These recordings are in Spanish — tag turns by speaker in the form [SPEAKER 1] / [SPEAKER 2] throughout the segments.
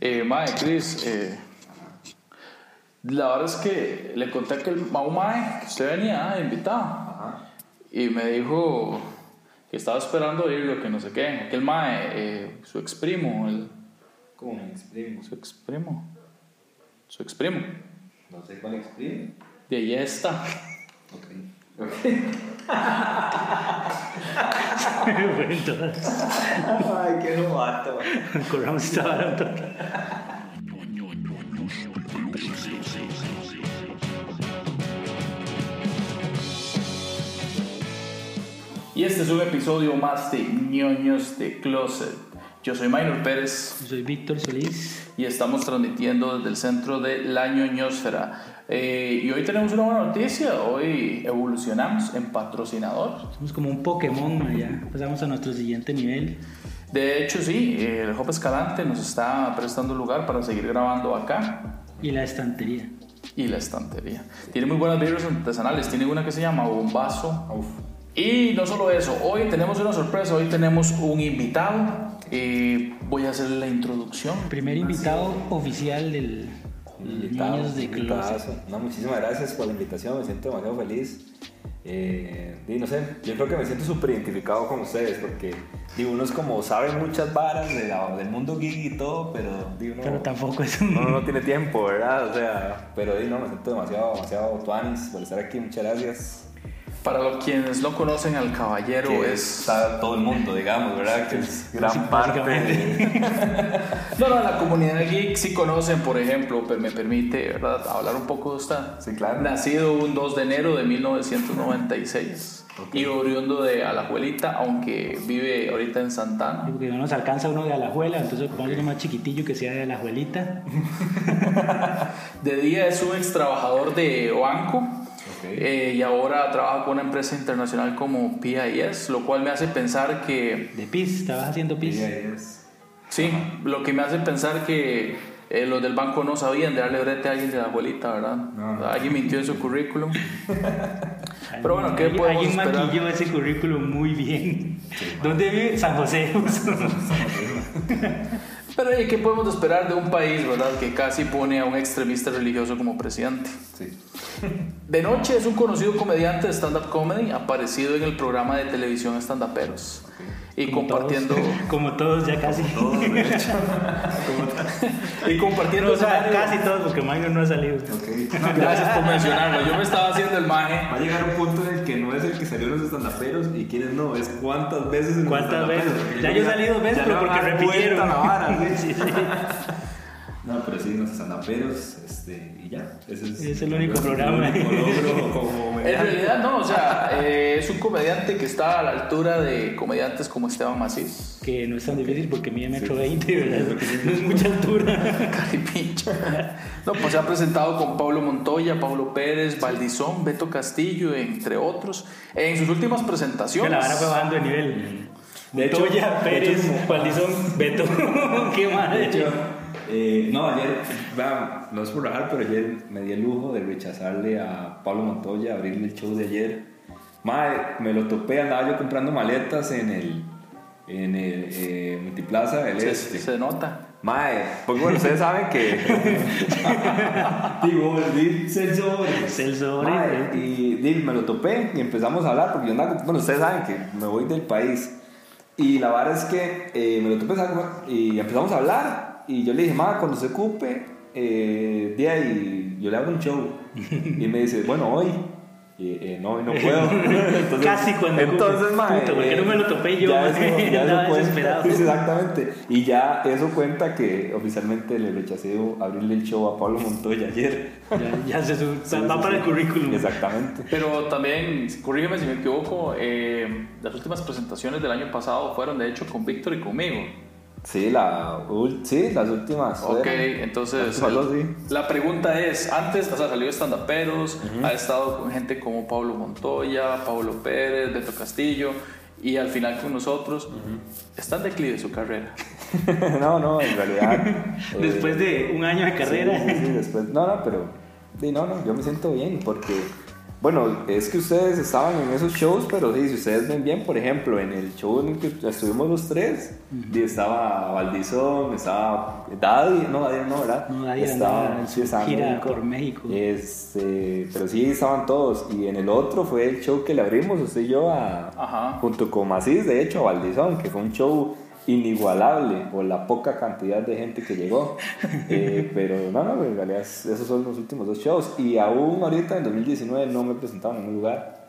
[SPEAKER 1] Eh, mae, Cris, eh, la verdad es que le conté que el Mau Mae, que usted venía ah, invitado,
[SPEAKER 2] Ajá.
[SPEAKER 1] y me dijo que estaba esperando irlo, que no sé qué. Aquel Mae, eh, su ex primo, el,
[SPEAKER 2] Como un exprimo.
[SPEAKER 1] su ex primo, su ex primo,
[SPEAKER 2] No sé cuál exprimo.
[SPEAKER 1] de ahí está.
[SPEAKER 2] Ok. Ok.
[SPEAKER 3] Bueno, entonces,
[SPEAKER 2] Ay, qué novato.
[SPEAKER 3] corramos esta vara un toque.
[SPEAKER 1] Y este es un episodio más de ñoños de closet. Yo soy Maynor Pérez.
[SPEAKER 3] Soy Víctor Solís.
[SPEAKER 1] y estamos transmitiendo desde el centro de la ñoñosfera. Eh, y hoy tenemos una buena noticia, hoy evolucionamos en patrocinador.
[SPEAKER 3] Somos como un Pokémon, ma, ya. Pasamos a nuestro siguiente nivel.
[SPEAKER 1] De hecho, sí, eh, el Hop Escalante nos está prestando lugar para seguir grabando acá
[SPEAKER 3] Y la estantería.
[SPEAKER 1] y la estantería. Tiene muy buenas vibras artesanales, tiene una que se llama Bombazo.
[SPEAKER 2] Uf.
[SPEAKER 1] Y no solo eso, hoy tenemos una sorpresa, hoy tenemos un invitado. Eh, voy a hacer la introducción.
[SPEAKER 3] Primer invitado oficial del
[SPEAKER 2] Invitado,
[SPEAKER 3] Niños de Closet.
[SPEAKER 2] invitadazo. No, muchísimas gracias por la invitación, me siento demasiado feliz. Eh, y no sé, yo creo que me siento súper identificado con ustedes porque di, uno es como sabe muchas varas de la- del mundo geek y todo, pero di, uno,
[SPEAKER 3] Pero tampoco es un...
[SPEAKER 2] uno no tiene tiempo, ¿verdad? O sea, pero di, no, me siento demasiado, demasiado tuanis por estar aquí, muchas gracias.
[SPEAKER 1] Para los quienes no conocen al caballero,
[SPEAKER 2] Que
[SPEAKER 1] es
[SPEAKER 2] sabe todo el mundo, digamos, ¿verdad? Que es gran parte.
[SPEAKER 3] Básicamente.
[SPEAKER 1] No, no, la comunidad geek sí conocen, por ejemplo, per- me permite, ¿verdad?, hablar un poco de esta.
[SPEAKER 2] Sí, claro.
[SPEAKER 1] Nacido un 2 de enero de 1996 y oriundo de Alajuelita, aunque vive ahorita en Santana.
[SPEAKER 3] Porque no nos alcanza uno de Alajuela, entonces ocupamos uno más chiquitillo que sea de Alajuelita.
[SPEAKER 1] De día es un ex trabajador de banco eh, y ahora trabaja con una empresa internacional como PIS, lo cual me hace pensar que,
[SPEAKER 3] De PIS, estabas haciendo
[SPEAKER 2] Y
[SPEAKER 3] PIS.
[SPEAKER 2] ahí es-
[SPEAKER 1] sí, lo que me hace pensar que eh, los del banco no sabían de darle brete a alguien de Alajuelita, ¿verdad?
[SPEAKER 2] No, no.
[SPEAKER 1] Alguien mintió en su currículum. Pero bueno, ¿qué
[SPEAKER 3] Alguien-
[SPEAKER 1] podemos
[SPEAKER 3] Alguien
[SPEAKER 1] esperar?
[SPEAKER 3] maquilló ese currículum muy bien. ¿Dónde vive? San José.
[SPEAKER 1] Pero oye, ¿qué podemos esperar de un país, verdad, que casi pone a un extremista religioso como presidente?
[SPEAKER 2] Sí.
[SPEAKER 1] De noche es un conocido comediante de stand-up comedy aparecido en el programa de televisión Estandaperos y
[SPEAKER 3] Como
[SPEAKER 1] compartiendo
[SPEAKER 3] todos- como todos ya casi.
[SPEAKER 2] Todos, de hecho.
[SPEAKER 1] y compartiendo
[SPEAKER 3] No, o sea,
[SPEAKER 1] escenario.
[SPEAKER 3] casi todos, porque Magnus no ha salido.
[SPEAKER 2] Ok.
[SPEAKER 1] Gracias por mencionarlo. Yo me estaba haciendo el maje.
[SPEAKER 2] Va a llegar un punto en el que no es el que salió en los estandaperos y quienes no, es cuántas veces en los
[SPEAKER 3] ¿Cuántas
[SPEAKER 2] estandaperos,
[SPEAKER 3] veces?
[SPEAKER 2] porque
[SPEAKER 3] Ya yo salí dos veces,
[SPEAKER 2] ya
[SPEAKER 3] pero
[SPEAKER 2] le van a
[SPEAKER 3] porque
[SPEAKER 2] dar vuelta
[SPEAKER 3] repitieron.
[SPEAKER 2] la vara, ¿sí?
[SPEAKER 3] Sí, sí.
[SPEAKER 2] No, pero sí, en los estandaperos, este, y ya. Ese es,
[SPEAKER 3] Es el único programa.
[SPEAKER 2] El único logro como
[SPEAKER 1] En
[SPEAKER 2] mediante.
[SPEAKER 1] realidad no, o sea, eh, es un comediante que está a la altura de comediantes como Esteban Macís,
[SPEAKER 3] Que no es tan difícil porque mide metro veinte, ¿verdad? No es mucha altura.
[SPEAKER 1] Caripincho. No, pues se ha presentado con Pablo Montoya, Pablo Pérez, Valdizón, Beto Castillo, entre otros. En sus últimas
[SPEAKER 3] Que
[SPEAKER 1] presentaciones.
[SPEAKER 3] la vara fue bajando de nivel.
[SPEAKER 2] De hecho,
[SPEAKER 3] Toya,
[SPEAKER 2] de hecho,
[SPEAKER 3] Pérez,
[SPEAKER 2] como-
[SPEAKER 3] Valdizón, Beto. Qué
[SPEAKER 2] De
[SPEAKER 3] madre.
[SPEAKER 2] hecho, eh, no, ayer, vean, no es por rajar, pero ayer me di el lujo de rechazarle a Pablo Montoya, abrirle el show de ayer. Madre, me lo topé, andaba yo comprando maletas en el, en el eh, Multiplaza del
[SPEAKER 1] Se,
[SPEAKER 2] Este.
[SPEAKER 1] se nota.
[SPEAKER 2] Mae, pues bueno, ustedes saben que. Digo, di Celso
[SPEAKER 3] Celso Ores, ¿eh?
[SPEAKER 2] Mae, Y di, me lo topé y empezamos a hablar porque yo andaba. Bueno, ustedes saben que me voy del país. Y la verdad es que eh, me lo topé ¿saben? y empezamos a hablar. Y yo le dije, Mae, cuando se ocupe, eh, di ahí, yo le hago un show. Y me dice, bueno, hoy. Y, eh, no, hoy no puedo. Entonces-
[SPEAKER 3] Casi cuando ocupe.
[SPEAKER 2] Entonces, mae,
[SPEAKER 3] Puta, ¿por qué
[SPEAKER 2] eh,
[SPEAKER 3] no me lo topé yo,
[SPEAKER 2] ya
[SPEAKER 3] mae?
[SPEAKER 2] eso- ya eso
[SPEAKER 3] Andaba
[SPEAKER 2] cuenta.
[SPEAKER 3] desesperado.
[SPEAKER 2] Sí, sí, Exactamente. Y ya eso cuenta que oficialmente le rechacé abrirle el show a Pablo Montoya ayer.
[SPEAKER 3] Ya, ya se sub-
[SPEAKER 2] Sí,
[SPEAKER 3] va
[SPEAKER 2] sí,
[SPEAKER 3] para
[SPEAKER 2] sí.
[SPEAKER 3] el currículum.
[SPEAKER 2] Exactamente.
[SPEAKER 1] Pero también, corrígeme si me equivoco, eh, las últimas presentaciones del año pasado fueron de hecho con Víctor y conmigo.
[SPEAKER 2] Sí, la, ul- sí las últimas. eh.
[SPEAKER 1] Ok,
[SPEAKER 2] fueron.
[SPEAKER 1] entonces.
[SPEAKER 2] Las últimas dos, sí.
[SPEAKER 1] La pregunta es: antes, o sea, salió estandaperos, ha estado con gente como Pablo Montoya, Pablo Pérez, Beto Castillo, y al final con nosotros. Está en declive su carrera.
[SPEAKER 2] no, no, en realidad. eh,
[SPEAKER 3] Después de un año de
[SPEAKER 2] sí,
[SPEAKER 3] carrera.
[SPEAKER 2] sí, sí, después. No, no, pero. Sí, no, no, yo me siento bien porque Bueno, es que ustedes estaban en esos shows, pero sí, si ustedes ven bien, por ejemplo, en el show en el que estuvimos los tres, y estaba Valdizón, estaba Daddy, no, Daddy no, ¿verdad?
[SPEAKER 3] No, Daddy
[SPEAKER 2] estaba,
[SPEAKER 3] andaba en
[SPEAKER 2] sí,
[SPEAKER 3] su
[SPEAKER 2] estaba en
[SPEAKER 3] gira por México.
[SPEAKER 2] Este, pero sí, estaban todos. Y en el otro fue el show que le abrimos usted y yo a,
[SPEAKER 1] Ajá.
[SPEAKER 2] junto con Macís, de hecho, a Valdizón, que fue un show inigualable por la poca cantidad de gente que llegó. Eh, pero no, no, en realidad esos son los últimos dos shows. Y aún ahorita en 2019 no me he presentado en ningún lugar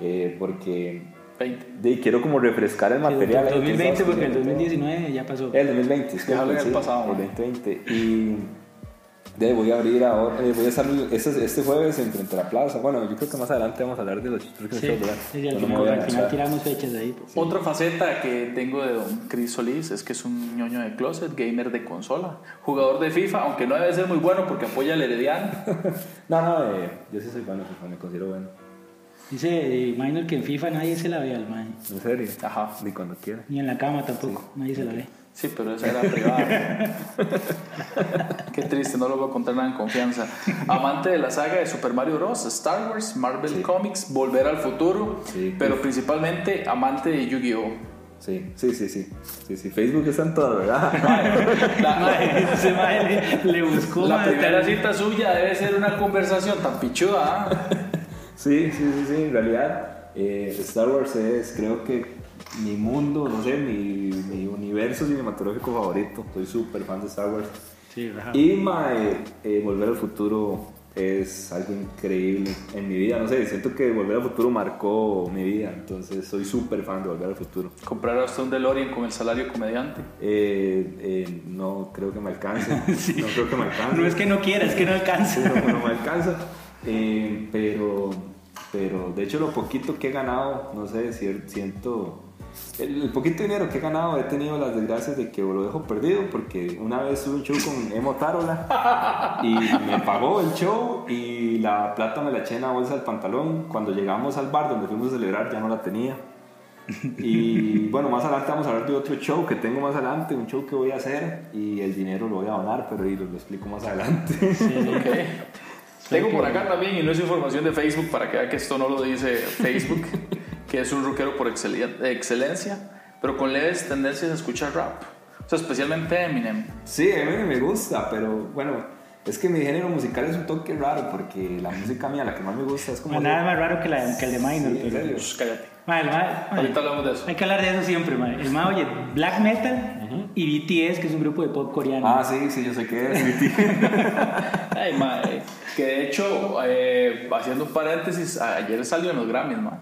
[SPEAKER 2] eh, porque
[SPEAKER 1] 20.
[SPEAKER 2] de, quiero como refrescar el material.
[SPEAKER 3] El 2020
[SPEAKER 2] Entonces,
[SPEAKER 3] porque el
[SPEAKER 2] sí,
[SPEAKER 3] 2019 ya pasó.
[SPEAKER 2] El 2020, es que
[SPEAKER 1] Déjalo en el
[SPEAKER 2] sí,
[SPEAKER 1] pasado,
[SPEAKER 2] el
[SPEAKER 1] man.
[SPEAKER 2] 2020. Y de ahí voy a abrir ahora, eh, voy a estar este, este jueves en Frente a la Plaza. Bueno, yo creo que más adelante vamos a hablar de los próximos
[SPEAKER 3] Sí,
[SPEAKER 2] shows, ¿verdad?
[SPEAKER 3] sí, al
[SPEAKER 2] No me
[SPEAKER 3] final,
[SPEAKER 2] voy a
[SPEAKER 3] al final
[SPEAKER 2] lanzar.
[SPEAKER 3] tiramos fechas ahí. pues.
[SPEAKER 1] Otra faceta que tengo de don Chris Solís es que es un ñoño de closet, gamer de consola, jugador de FIFA, aunque no debe ser muy bueno porque apoya al Herediano.
[SPEAKER 2] No, no, eh, yo sí soy bueno, FIFA, me considero bueno.
[SPEAKER 3] Dice Minor que en FIFA nadie se la ve al man.
[SPEAKER 2] En serio.
[SPEAKER 1] Ajá.
[SPEAKER 2] Ni cuando quiera.
[SPEAKER 3] Ni en la cama tampoco, nadie se la ve.
[SPEAKER 1] Sí, pero esa era privada. Qué triste, no lo voy a contar nada en confianza. Amante de la saga de Super Mario Bros., Star Wars, Marvel Comics, Volver al Futuro,
[SPEAKER 2] Sí.
[SPEAKER 1] pero principalmente amante de Yu-Gi-Oh!
[SPEAKER 2] Sí, sí, sí, sí. Sí, sí. Facebook está en todo, ¿verdad?
[SPEAKER 1] La-
[SPEAKER 3] Mae, Ese mae le, le buscó
[SPEAKER 1] la
[SPEAKER 3] mae,
[SPEAKER 1] primera
[SPEAKER 3] hasta-
[SPEAKER 1] cita suya debe ser una conversación tan pichuda. ¿ah?
[SPEAKER 2] sí, sí, sí, sí. En realidad, eh, Star Wars es, creo que, mi mundo, no sé, mi, mi universo cinematográfico favorito. Soy súper fan de Star Wars.
[SPEAKER 3] Sí, rajado.
[SPEAKER 2] Y mae, eh, Volver al Futuro es algo increíble en mi vida. No sé, siento que Volver al Futuro marcó mi vida. Entonces, soy súper fan de Volver al Futuro.
[SPEAKER 1] Comprar a usted un DeLorean con el salario comediante.
[SPEAKER 2] Eh, eh, no creo que me alcance.
[SPEAKER 3] Sí.
[SPEAKER 2] No creo que me alcance.
[SPEAKER 3] No es que no quiera, es que no
[SPEAKER 2] Sí,
[SPEAKER 3] alcanza.
[SPEAKER 2] no, no me alcanza. Eh, pero, pero de hecho lo poquito que he ganado, no sé, cier- siento... El, el poquito dinero que he ganado, he tenido las desgracias de que lo dejo perdido porque una vez tuve un show con Emo Tarola y me pagó el show y la plata me la eché en la bolsa del pantalón. Cuando llegamos al bar donde fuimos a celebrar ya no la tenía. Y bueno, más adelante vamos a hablar de otro show que tengo más adelante, un show que voy a hacer y el dinero lo voy a donar, pero y lo, lo explico más adelante.
[SPEAKER 1] Ok. Tengo por acá también, y no es información de Facebook, para que vea que esto no lo dice Facebook, que es un rockero por excel- excelencia, pero con leves tendencias a escuchar rap. O sea, especialmente Eminem.
[SPEAKER 2] Sí, a mí me gusta, pero bueno, es que mi género musical es un toque raro porque la música mía, la que más me gusta, es como.
[SPEAKER 3] Mae, Pues Nada más raro que, la, que el de Minor.
[SPEAKER 2] Sí, en
[SPEAKER 3] pero-
[SPEAKER 2] serio.
[SPEAKER 1] Shh, Pues, cállate.
[SPEAKER 3] Mae, el mae- mae,
[SPEAKER 1] Ahorita hablamos de eso.
[SPEAKER 3] Hay que hablar de eso siempre, mae. El mae oye black metal y BTS, que es un grupo de pop coreano.
[SPEAKER 2] Ah, sí, sí, yo sé qué es.
[SPEAKER 1] Ay, mae. Que de hecho, eh, haciendo un paréntesis, ayer salió en los Grammys, mae.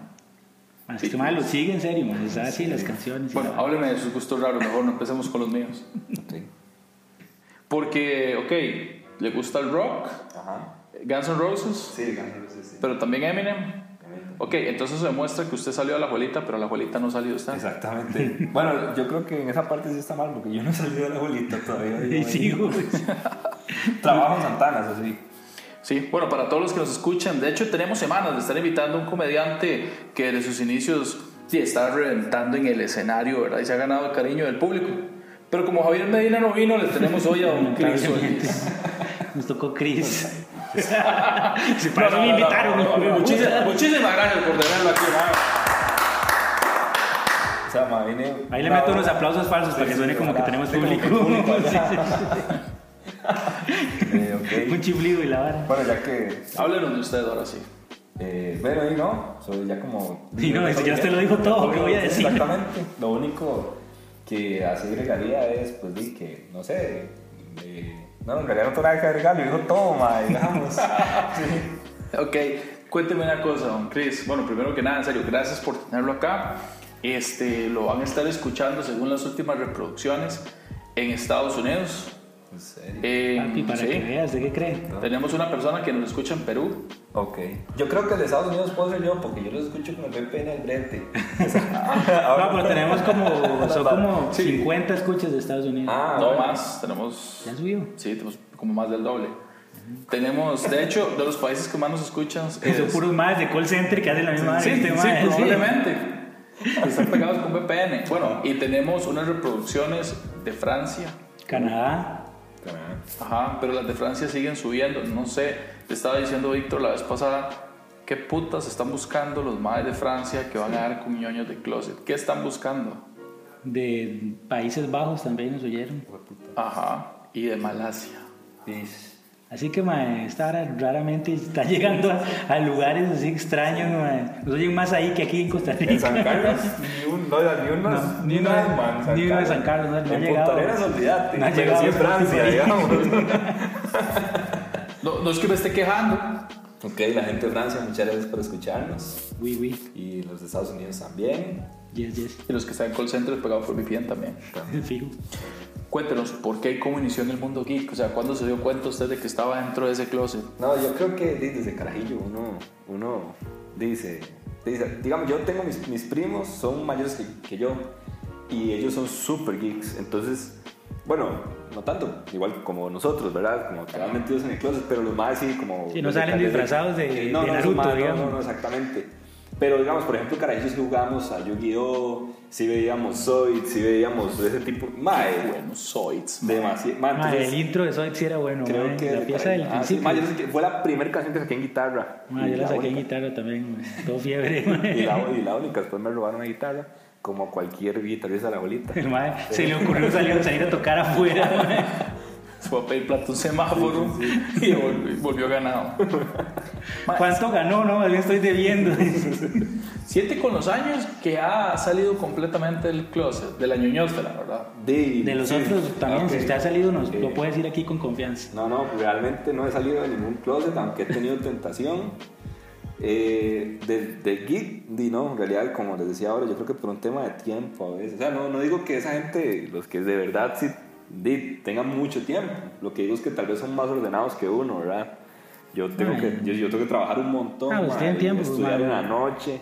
[SPEAKER 3] Mae, este mae lo sigue en serio, mae. Sabe así las canciones. y
[SPEAKER 1] Bueno,
[SPEAKER 3] la-
[SPEAKER 1] hábleme de sus gustos raros, mejor no empecemos con los míos.
[SPEAKER 2] Sí.
[SPEAKER 1] Porque, ok, le gusta el rock,
[SPEAKER 2] Ajá.
[SPEAKER 1] Guns N' Roses,
[SPEAKER 2] Sí, ganó, sí, sí.
[SPEAKER 1] pero también Eminem. Ok, entonces se demuestra que usted salió a la abuelita, pero a la abuelita no salió usted.
[SPEAKER 2] Exactamente. Bueno, yo creo que en esa parte sí está mal porque yo no he salido de la abuelita todavía. yo
[SPEAKER 3] Y
[SPEAKER 2] ahí.
[SPEAKER 3] sigo. pues.
[SPEAKER 2] Trabajo en Santana, eso sí.
[SPEAKER 1] Sí, bueno, para todos los que nos escuchan, de hecho tenemos semanas de estar invitando a un comediante que desde sus inicios sí, está reventando en el escenario, ¿verdad? Y se ha ganado el cariño del público. Pero como Javier Medina no vino, le tenemos hoy a don Chris
[SPEAKER 3] Lamentablemente.
[SPEAKER 1] Solís.
[SPEAKER 3] Nos tocó Chris. Se
[SPEAKER 1] No, no,
[SPEAKER 3] parece,
[SPEAKER 1] no,
[SPEAKER 3] me
[SPEAKER 1] no, no,
[SPEAKER 3] invitaron.
[SPEAKER 1] no,
[SPEAKER 3] hijo de
[SPEAKER 1] muchísimas,
[SPEAKER 3] puta.
[SPEAKER 1] muchísimas gracias por tenerlo aquí.
[SPEAKER 2] O sea, ma, vine.
[SPEAKER 3] Ahí le
[SPEAKER 2] una
[SPEAKER 3] meto
[SPEAKER 2] hora-
[SPEAKER 3] unos aplausos falsos para que
[SPEAKER 2] Sí,
[SPEAKER 3] suene
[SPEAKER 2] sí,
[SPEAKER 3] como que
[SPEAKER 2] ¿verdad?
[SPEAKER 3] tenemos
[SPEAKER 2] Sí, como que
[SPEAKER 3] público.
[SPEAKER 2] público,
[SPEAKER 3] Sí,
[SPEAKER 2] ¿verdad?
[SPEAKER 3] sí,
[SPEAKER 2] Eh,
[SPEAKER 3] sí. Un
[SPEAKER 2] ok.
[SPEAKER 3] chiflido y la vara.
[SPEAKER 2] Bueno, ya que.
[SPEAKER 1] Háblenos de usted ahora sí.
[SPEAKER 2] Eh, pero ahí no, soy ya como.
[SPEAKER 3] Sí, no, eso ya usted lo dijo todo, ¿qué voy a decir?
[SPEAKER 2] Exactamente. Lo único que así agregaría es, pues, di que, no sé. eh, no, en realidad no tengo nada que agregar, lo dijo todo, ma, digamos. Sí.
[SPEAKER 1] Ok, cuénteme una cosa, don Chris. Bueno, primero que nada, en serio, gracias por tenerlo acá. Este, lo van a estar escuchando según las últimas reproducciones en Estados Unidos.
[SPEAKER 2] En serio.
[SPEAKER 1] En-
[SPEAKER 3] Papi, para
[SPEAKER 1] sí.
[SPEAKER 3] que veas, ¿de qué cree?
[SPEAKER 1] Tenemos una persona que nos escucha en Perú.
[SPEAKER 2] Ok. Yo creo que el de Estados Unidos puedo ser yo, porque yo los escucho con el VPN al frente. ah,
[SPEAKER 3] No, pues, pero tenemos como, son como
[SPEAKER 1] Sí.
[SPEAKER 3] 50 escuchas de Estados Unidos.
[SPEAKER 2] Ah,
[SPEAKER 1] no
[SPEAKER 2] bueno.
[SPEAKER 1] más, tenemos.
[SPEAKER 3] ¿Ya subió?
[SPEAKER 1] Sí, tenemos como más del doble. Tenemos, de hecho, de los países que más nos escuchan.
[SPEAKER 3] Que son
[SPEAKER 1] es-
[SPEAKER 3] puros madres de call center que hacen la misma
[SPEAKER 1] Sí,
[SPEAKER 3] madre.
[SPEAKER 1] sí,
[SPEAKER 3] este madre,
[SPEAKER 1] probablemente. Que Están pegados con VPN. Bueno, y tenemos unas reproducciones de Francia.
[SPEAKER 3] Canadá.
[SPEAKER 2] Caramba.
[SPEAKER 1] Ajá, pero las de Francia siguen subiendo. No sé, te estaba diciendo Víctor la vez pasada ¿Qué putas están buscando los madres de Francia que van a dar con ñoños de closet? ¿Qué están buscando?
[SPEAKER 3] De Países Bajos también nos oyeron.
[SPEAKER 1] Ajá. Y de Malasia.
[SPEAKER 3] Pues, Así que, mae, esta hora raramente está llegando a, a lugares así extraños, mae. Nos oyen más ahí que aquí en Costa Rica.
[SPEAKER 2] En San Carlos, ni un, no, ni unas,
[SPEAKER 3] No, ni una de-
[SPEAKER 2] man,
[SPEAKER 3] ni una de San Carlos, no, no ha
[SPEAKER 2] en
[SPEAKER 3] llegado.
[SPEAKER 2] Punta Arenas, olvídate.
[SPEAKER 3] No ha
[SPEAKER 2] pero
[SPEAKER 3] llegado
[SPEAKER 2] sí en Francia,
[SPEAKER 3] Spotify.
[SPEAKER 2] digamos.
[SPEAKER 1] No, no es que me esté quejando.
[SPEAKER 2] ok, la gente de Francia, muchas gracias por escucharnos.
[SPEAKER 3] Oui, oui.
[SPEAKER 2] Y los de Estados Unidos también.
[SPEAKER 3] Yes, yes.
[SPEAKER 1] Y los que están en call centers pegados por VPN también.
[SPEAKER 3] Fijo.
[SPEAKER 1] Cuéntenos, ¿por qué y cómo inició en el mundo geek? O sea, ¿cuándo se dio cuenta usted de que estaba dentro de ese closet?
[SPEAKER 2] No, yo creo que di, desde carajillo uno, uno dice, dice, digamos, yo tengo mis, mis primos, son mayores que, que yo y ellos son super geeks, entonces, bueno, no tanto, igual como nosotros, ¿verdad? Como que van metidos en el closet, pero los más sí, como...
[SPEAKER 3] Sí, no salen disfrazados de-
[SPEAKER 2] Sí,
[SPEAKER 3] de
[SPEAKER 2] no,
[SPEAKER 3] Naruto,
[SPEAKER 2] no, son más, no, no,
[SPEAKER 3] digamos.
[SPEAKER 2] no, exactamente. Pero digamos, por ejemplo, carajillos jugamos a Yu-Gi-Oh, si veíamos Zoid, si veíamos ese tipo... Mae,
[SPEAKER 1] Bueno, Zoids.
[SPEAKER 2] demasiado... mae,
[SPEAKER 3] Mae,
[SPEAKER 2] Ah, entonces-
[SPEAKER 3] el intro de Zoid sí era bueno,
[SPEAKER 2] Creo
[SPEAKER 3] mae.
[SPEAKER 2] que
[SPEAKER 3] La pieza del
[SPEAKER 2] Ah, sí,
[SPEAKER 3] principio.
[SPEAKER 2] ma, yo sé que fue la primera canción que saqué en guitarra.
[SPEAKER 3] Ma,
[SPEAKER 2] Y
[SPEAKER 3] yo la saqué en
[SPEAKER 2] única-
[SPEAKER 3] guitarra también, mae. todo fiebre. mae.
[SPEAKER 2] Y la, y la única, después me robaron una guitarra, como cualquier guitarrista de la bolita.
[SPEAKER 3] El mae se le ocurrió salir, salir a tocar afuera. mae.
[SPEAKER 1] Se fue a pedir plata a un semáforo y volvió, volvió ganado.
[SPEAKER 3] ¿Cuánto ganó? No, más bien estoy debiendo.
[SPEAKER 1] Siete con los años que ha salido completamente del closet, de la ñoñósfera, ¿verdad?
[SPEAKER 2] De,
[SPEAKER 3] De los
[SPEAKER 2] sí, Ah,
[SPEAKER 3] otros también,
[SPEAKER 2] ok.
[SPEAKER 3] si usted ha salido, nos
[SPEAKER 2] Sí.
[SPEAKER 3] lo puede decir aquí con confianza.
[SPEAKER 2] No, no, realmente no he salido de ningún closet, aunque he tenido tentación. Eh, del del geek, di no, en realidad, como les decía ahora, yo creo que por un tema de tiempo a veces. O sea, no, no digo que esa gente, los que de verdad sí di, tengan mucho tiempo. Lo que digo es que tal vez son más ordenados que uno, ¿verdad? Yo tengo,
[SPEAKER 3] Ay.
[SPEAKER 2] que, yo, yo tengo que trabajar un montón,
[SPEAKER 3] Ah, pues
[SPEAKER 2] ma,
[SPEAKER 3] tienen
[SPEAKER 2] y
[SPEAKER 3] tiempo,
[SPEAKER 2] estudiar
[SPEAKER 3] ma.
[SPEAKER 2] en la noche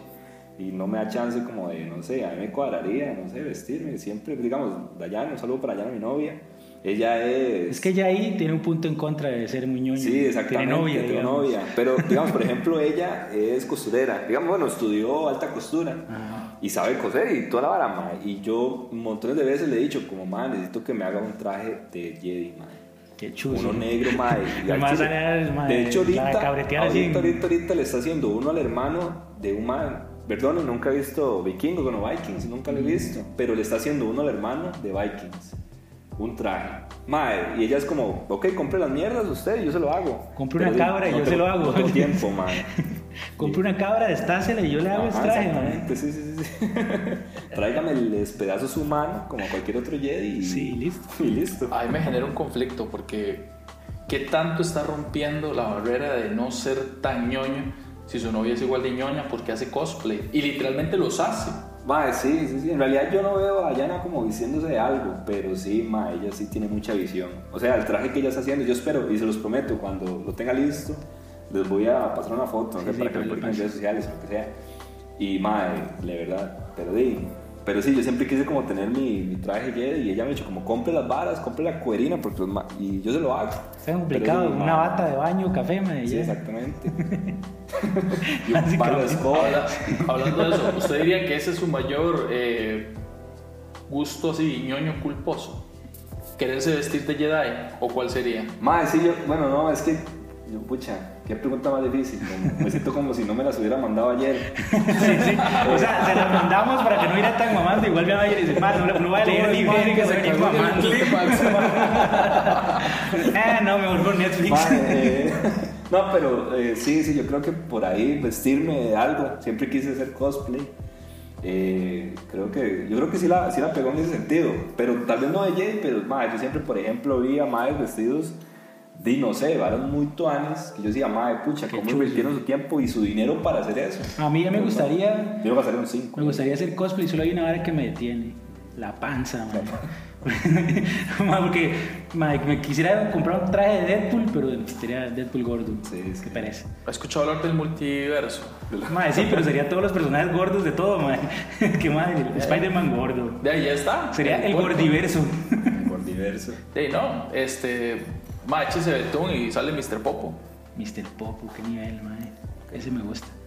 [SPEAKER 2] y no me da chance como de, no sé, a mí me cuadraría, no sé, vestirme. Siempre, digamos, Dayana, un saludo para Dayana, mi novia. Ella es...
[SPEAKER 3] Es que ya ahí tiene un punto en contra de ser muy ñoño.
[SPEAKER 2] Sí, exactamente.
[SPEAKER 3] Tiene novia,
[SPEAKER 2] tengo
[SPEAKER 3] digamos.
[SPEAKER 2] novia. Pero, digamos, por ejemplo, ella es costurera. Digamos, bueno, estudió alta costura y sabe coser y toda la vara, ma. Y yo montones de veces le he dicho, como, ma, necesito que me haga un traje de Jedi, ma.
[SPEAKER 3] Qué
[SPEAKER 2] Uno
[SPEAKER 3] chulo.
[SPEAKER 2] negro, ma. y
[SPEAKER 3] El
[SPEAKER 2] al
[SPEAKER 3] ma
[SPEAKER 2] chile-
[SPEAKER 3] sale al- ma,
[SPEAKER 2] De hecho, ahorita,
[SPEAKER 3] a cabretear así en-
[SPEAKER 2] ahorita, ahorita, ahorita le está haciendo uno al hermano de un ma. Perdón, nunca he visto Vikingos, bueno, Vikings, nunca
[SPEAKER 3] Mm.
[SPEAKER 2] lo he visto. Pero le está haciendo uno al hermano de Vikings. Un traje. Mae, y ella es como, ok, compre las mierdas usted y yo se lo hago.
[SPEAKER 3] Compre
[SPEAKER 2] Pero
[SPEAKER 3] una
[SPEAKER 2] di-
[SPEAKER 3] cabra y yo
[SPEAKER 2] tengo-
[SPEAKER 3] se lo hago.
[SPEAKER 2] No tengo tiempo, mae.
[SPEAKER 3] Compré una cabra, destásela y yo le hago
[SPEAKER 2] Ajá,
[SPEAKER 3] el traje, mae.
[SPEAKER 2] exactamente, sí, sí, sí, sí. Tráigame el pedazo su mano, como cualquier otro Jedi. y-
[SPEAKER 3] Sí, listo.
[SPEAKER 2] Y listo.
[SPEAKER 1] A mí me genera un conflicto porque ¿qué tanto está rompiendo la barrera de no ser tan ñoño si su novia es igual de ñoña porque hace cosplay? Y literalmente los hace.
[SPEAKER 2] Mae, sí, sí, sí. En realidad yo no veo a Yana como diciéndose de algo, pero sí, mae, ella sí tiene mucha visión. O sea, el traje que ella está haciendo, yo espero, y se los prometo, cuando lo tenga listo, les voy a pasar una foto, no sé,
[SPEAKER 3] sí,
[SPEAKER 2] para que
[SPEAKER 3] pero
[SPEAKER 2] lo
[SPEAKER 3] le
[SPEAKER 2] publiquen en
[SPEAKER 3] pasa.
[SPEAKER 2] redes sociales, lo que sea. Y mae, de verdad, pero sí. Pero sí, yo siempre quise como tener mi, mi traje Jedi y ella me ha dicho como compre las varas, compre la cuerina porque los ma- y yo se lo hago.
[SPEAKER 3] Está complicado.
[SPEAKER 2] Pero sí,
[SPEAKER 3] Una
[SPEAKER 2] mae,
[SPEAKER 3] bata de baño, café, mae.
[SPEAKER 2] Sí,
[SPEAKER 3] ya.
[SPEAKER 2] exactamente. y un palo de
[SPEAKER 3] Básicamente.
[SPEAKER 2] escoba.
[SPEAKER 1] Habla- hablando de eso, ¿usted diría que ese es su mayor eh, gusto así ñoño culposo? ¿Quererse vestir de Jedi? ¿O cuál sería?
[SPEAKER 2] Mae, sí, yo, bueno, no, es que, yo, pucha, qué pregunta más difícil. como- me siento como si no me las hubiera mandado ayer.
[SPEAKER 3] Sí, sí. O sea, se las mandamos para que no irá tan mamando. Igual me va a ir y dice, "Ma, no, no voy a leer ni ver que se venir mamando. Eh, no, mejor por Netflix.
[SPEAKER 2] Mae, eh, no, pero eh, sí, sí, yo creo que por ahí vestirme de algo. Siempre quise hacer cosplay. Eh, creo que, yo creo que sí la, sí la pegó en ese sentido. Pero tal vez no de Jay, pero mae, yo siempre, por ejemplo, vi a maes vestidos de, no sé, varas muy tuanes. Que yo decía, mae, pucha,
[SPEAKER 3] Qué
[SPEAKER 2] cómo
[SPEAKER 3] chulo.
[SPEAKER 2] invirtieron su tiempo y su dinero para hacer eso.
[SPEAKER 3] A mí ya me gustaría
[SPEAKER 2] Yo lo voy a hacer un 5.
[SPEAKER 3] Me gustaría hacer cosplay, solo hay una vara que me detiene. La panza, man. Ma, Porque ma, me quisiera comprar un traje de Deadpool, pero sería Deadpool gordo.
[SPEAKER 2] Sí, sí.
[SPEAKER 3] Qué pereza.
[SPEAKER 1] ¿Ha escuchado hablar del multiverso?
[SPEAKER 3] Ma, sí, pero sería todos los personajes gordos de todo, man. Qué madre. el Spider-Man gordo.
[SPEAKER 1] De ahí ya está.
[SPEAKER 3] Sería el
[SPEAKER 1] cuerpo.
[SPEAKER 3] gordiverso.
[SPEAKER 2] Por diverso.
[SPEAKER 1] De ahí no, este. Mache se betún y sale Mr. Popo.
[SPEAKER 3] Mr. Popo, qué nivel, man. Ese me gusta.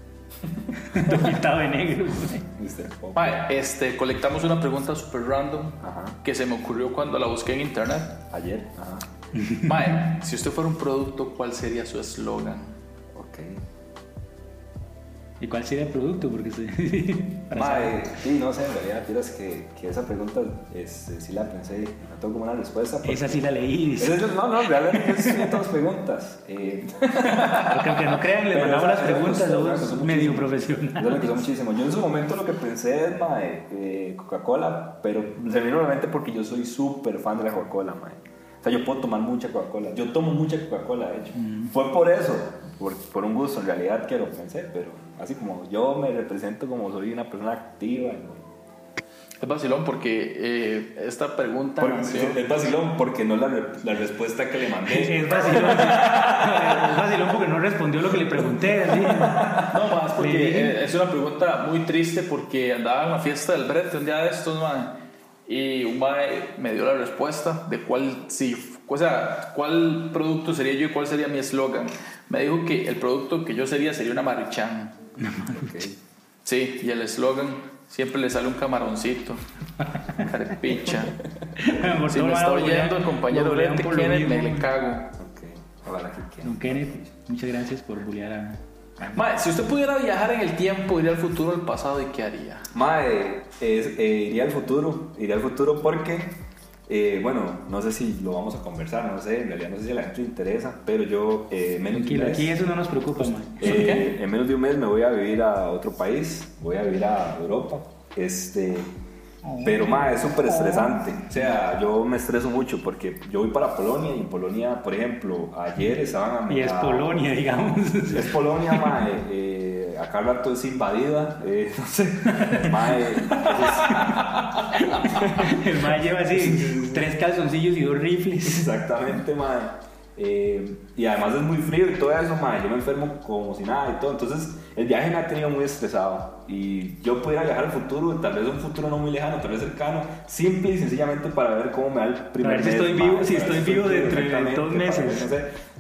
[SPEAKER 3] Todo pintado de negro. ma.
[SPEAKER 2] Mr. Pop.
[SPEAKER 1] Ma, este, colectamos una pregunta super random
[SPEAKER 2] Ajá.
[SPEAKER 1] que se me ocurrió cuando la busqué en internet.
[SPEAKER 2] Ayer. Ajá.
[SPEAKER 1] Mae, si usted fuera un producto, ¿cuál sería su eslogan?
[SPEAKER 2] Ok.
[SPEAKER 3] ¿Y cuál sería el producto? Porque se, para saber.
[SPEAKER 2] Mae, eh, sí, no sé, en realidad, tiras que, que esa pregunta este, sí la pensé, no tengo como una respuesta. porque-
[SPEAKER 3] Esa sí la leí. dice.
[SPEAKER 2] Esa es- no, no, realmente es una de todas preguntas. Eh,
[SPEAKER 3] Porque aunque no crean, le
[SPEAKER 2] Pero,
[SPEAKER 3] mandamos
[SPEAKER 2] o sea,
[SPEAKER 3] las
[SPEAKER 2] me
[SPEAKER 3] preguntas
[SPEAKER 2] gustó,
[SPEAKER 3] a
[SPEAKER 2] me gustó
[SPEAKER 3] los medio
[SPEAKER 2] muchísimo. Yo lo que
[SPEAKER 3] profesionales.
[SPEAKER 2] muchísimo. Yo en su momento lo que pensé es, mae, eh, Coca-Cola, pero se me vino a la mente porque yo soy súper fan de la Coca-Cola, mae. O sea, yo puedo tomar mucha Coca-Cola. Yo tomo mucha Coca-Cola, de hecho. Fue por eso, por, por un gusto en realidad que lo pensé, pero así como yo me represento como soy una persona activa. ¿no?
[SPEAKER 1] Es vacilón porque eh, esta pregunta
[SPEAKER 2] Por-
[SPEAKER 1] nació-
[SPEAKER 2] es vacilón porque no es la, re- la respuesta que le mandé.
[SPEAKER 3] Es vacilón. sí. Es vacilón porque no respondió lo que le pregunté. así.
[SPEAKER 1] No, más porque
[SPEAKER 3] Le dije.
[SPEAKER 1] eh, es una pregunta muy triste porque andaba en la fiesta del brete un día de estos, mae, y un mae me dio la respuesta de cuál, sí, o sea, cuál producto sería yo y cuál sería mi eslogan. Me dijo que el producto que yo sería sería una maruchan.
[SPEAKER 2] Ok.
[SPEAKER 1] Sí, y el eslogan siempre le sale un camaroncito, carpicha.
[SPEAKER 3] Por
[SPEAKER 1] Si
[SPEAKER 3] todo
[SPEAKER 1] me
[SPEAKER 3] lado
[SPEAKER 1] está
[SPEAKER 3] lo vean-
[SPEAKER 1] oyendo el compañero
[SPEAKER 3] lo vean
[SPEAKER 1] brete,
[SPEAKER 3] por lo
[SPEAKER 1] Kenneth, me
[SPEAKER 3] mismo.
[SPEAKER 1] le cago.
[SPEAKER 2] Ok. Ojalá que quede.
[SPEAKER 3] Don Kenneth, muchas gracias por bullear a.
[SPEAKER 1] Mae, si usted pudiera viajar en el tiempo, iría al futuro, al pasado, ¿y qué haría?
[SPEAKER 2] Mae, es- eh, iría al futuro, iría al futuro porque, eh, bueno, no sé si lo vamos a conversar, no sé, en realidad no sé si a la gente le interesa, pero yo eh, en menos
[SPEAKER 3] Tranquilo,
[SPEAKER 2] de un
[SPEAKER 3] aquí
[SPEAKER 2] mes,
[SPEAKER 3] eso no nos preocupa,
[SPEAKER 1] Pues,
[SPEAKER 3] man.
[SPEAKER 2] eh, en menos de un mes me voy a vivir a otro país, voy a vivir a Europa, este, pero mae, es súper estresante, o sea, yo me estreso mucho porque yo voy para Polonia y en Polonia, por ejemplo, ayer estaban a
[SPEAKER 3] Y
[SPEAKER 1] ah.
[SPEAKER 3] es
[SPEAKER 2] a-
[SPEAKER 3] Polonia, digamos.
[SPEAKER 2] es Polonia, mae. Eh, acá el rato es invadida. Eh, no sé. Mae. entonces,
[SPEAKER 3] El man lleva así tres calzoncillos y dos rifles.
[SPEAKER 2] exactamente, mae. Eh, y además es muy frío y todo eso, mae. Yo me enfermo como si nada y todo. Entonces, el viaje me ha tenido muy estresado. Y yo pudiera viajar al futuro, tal vez un futuro no muy lejano, tal vez cercano, simple y sencillamente para ver cómo me da el primer
[SPEAKER 3] Para ver si
[SPEAKER 2] mes,
[SPEAKER 3] estoy
[SPEAKER 2] mae,
[SPEAKER 3] vivo- si
[SPEAKER 2] para ver
[SPEAKER 3] estoy vivo dentro de
[SPEAKER 2] exactamente,
[SPEAKER 3] dos
[SPEAKER 2] para ver, no
[SPEAKER 3] meses.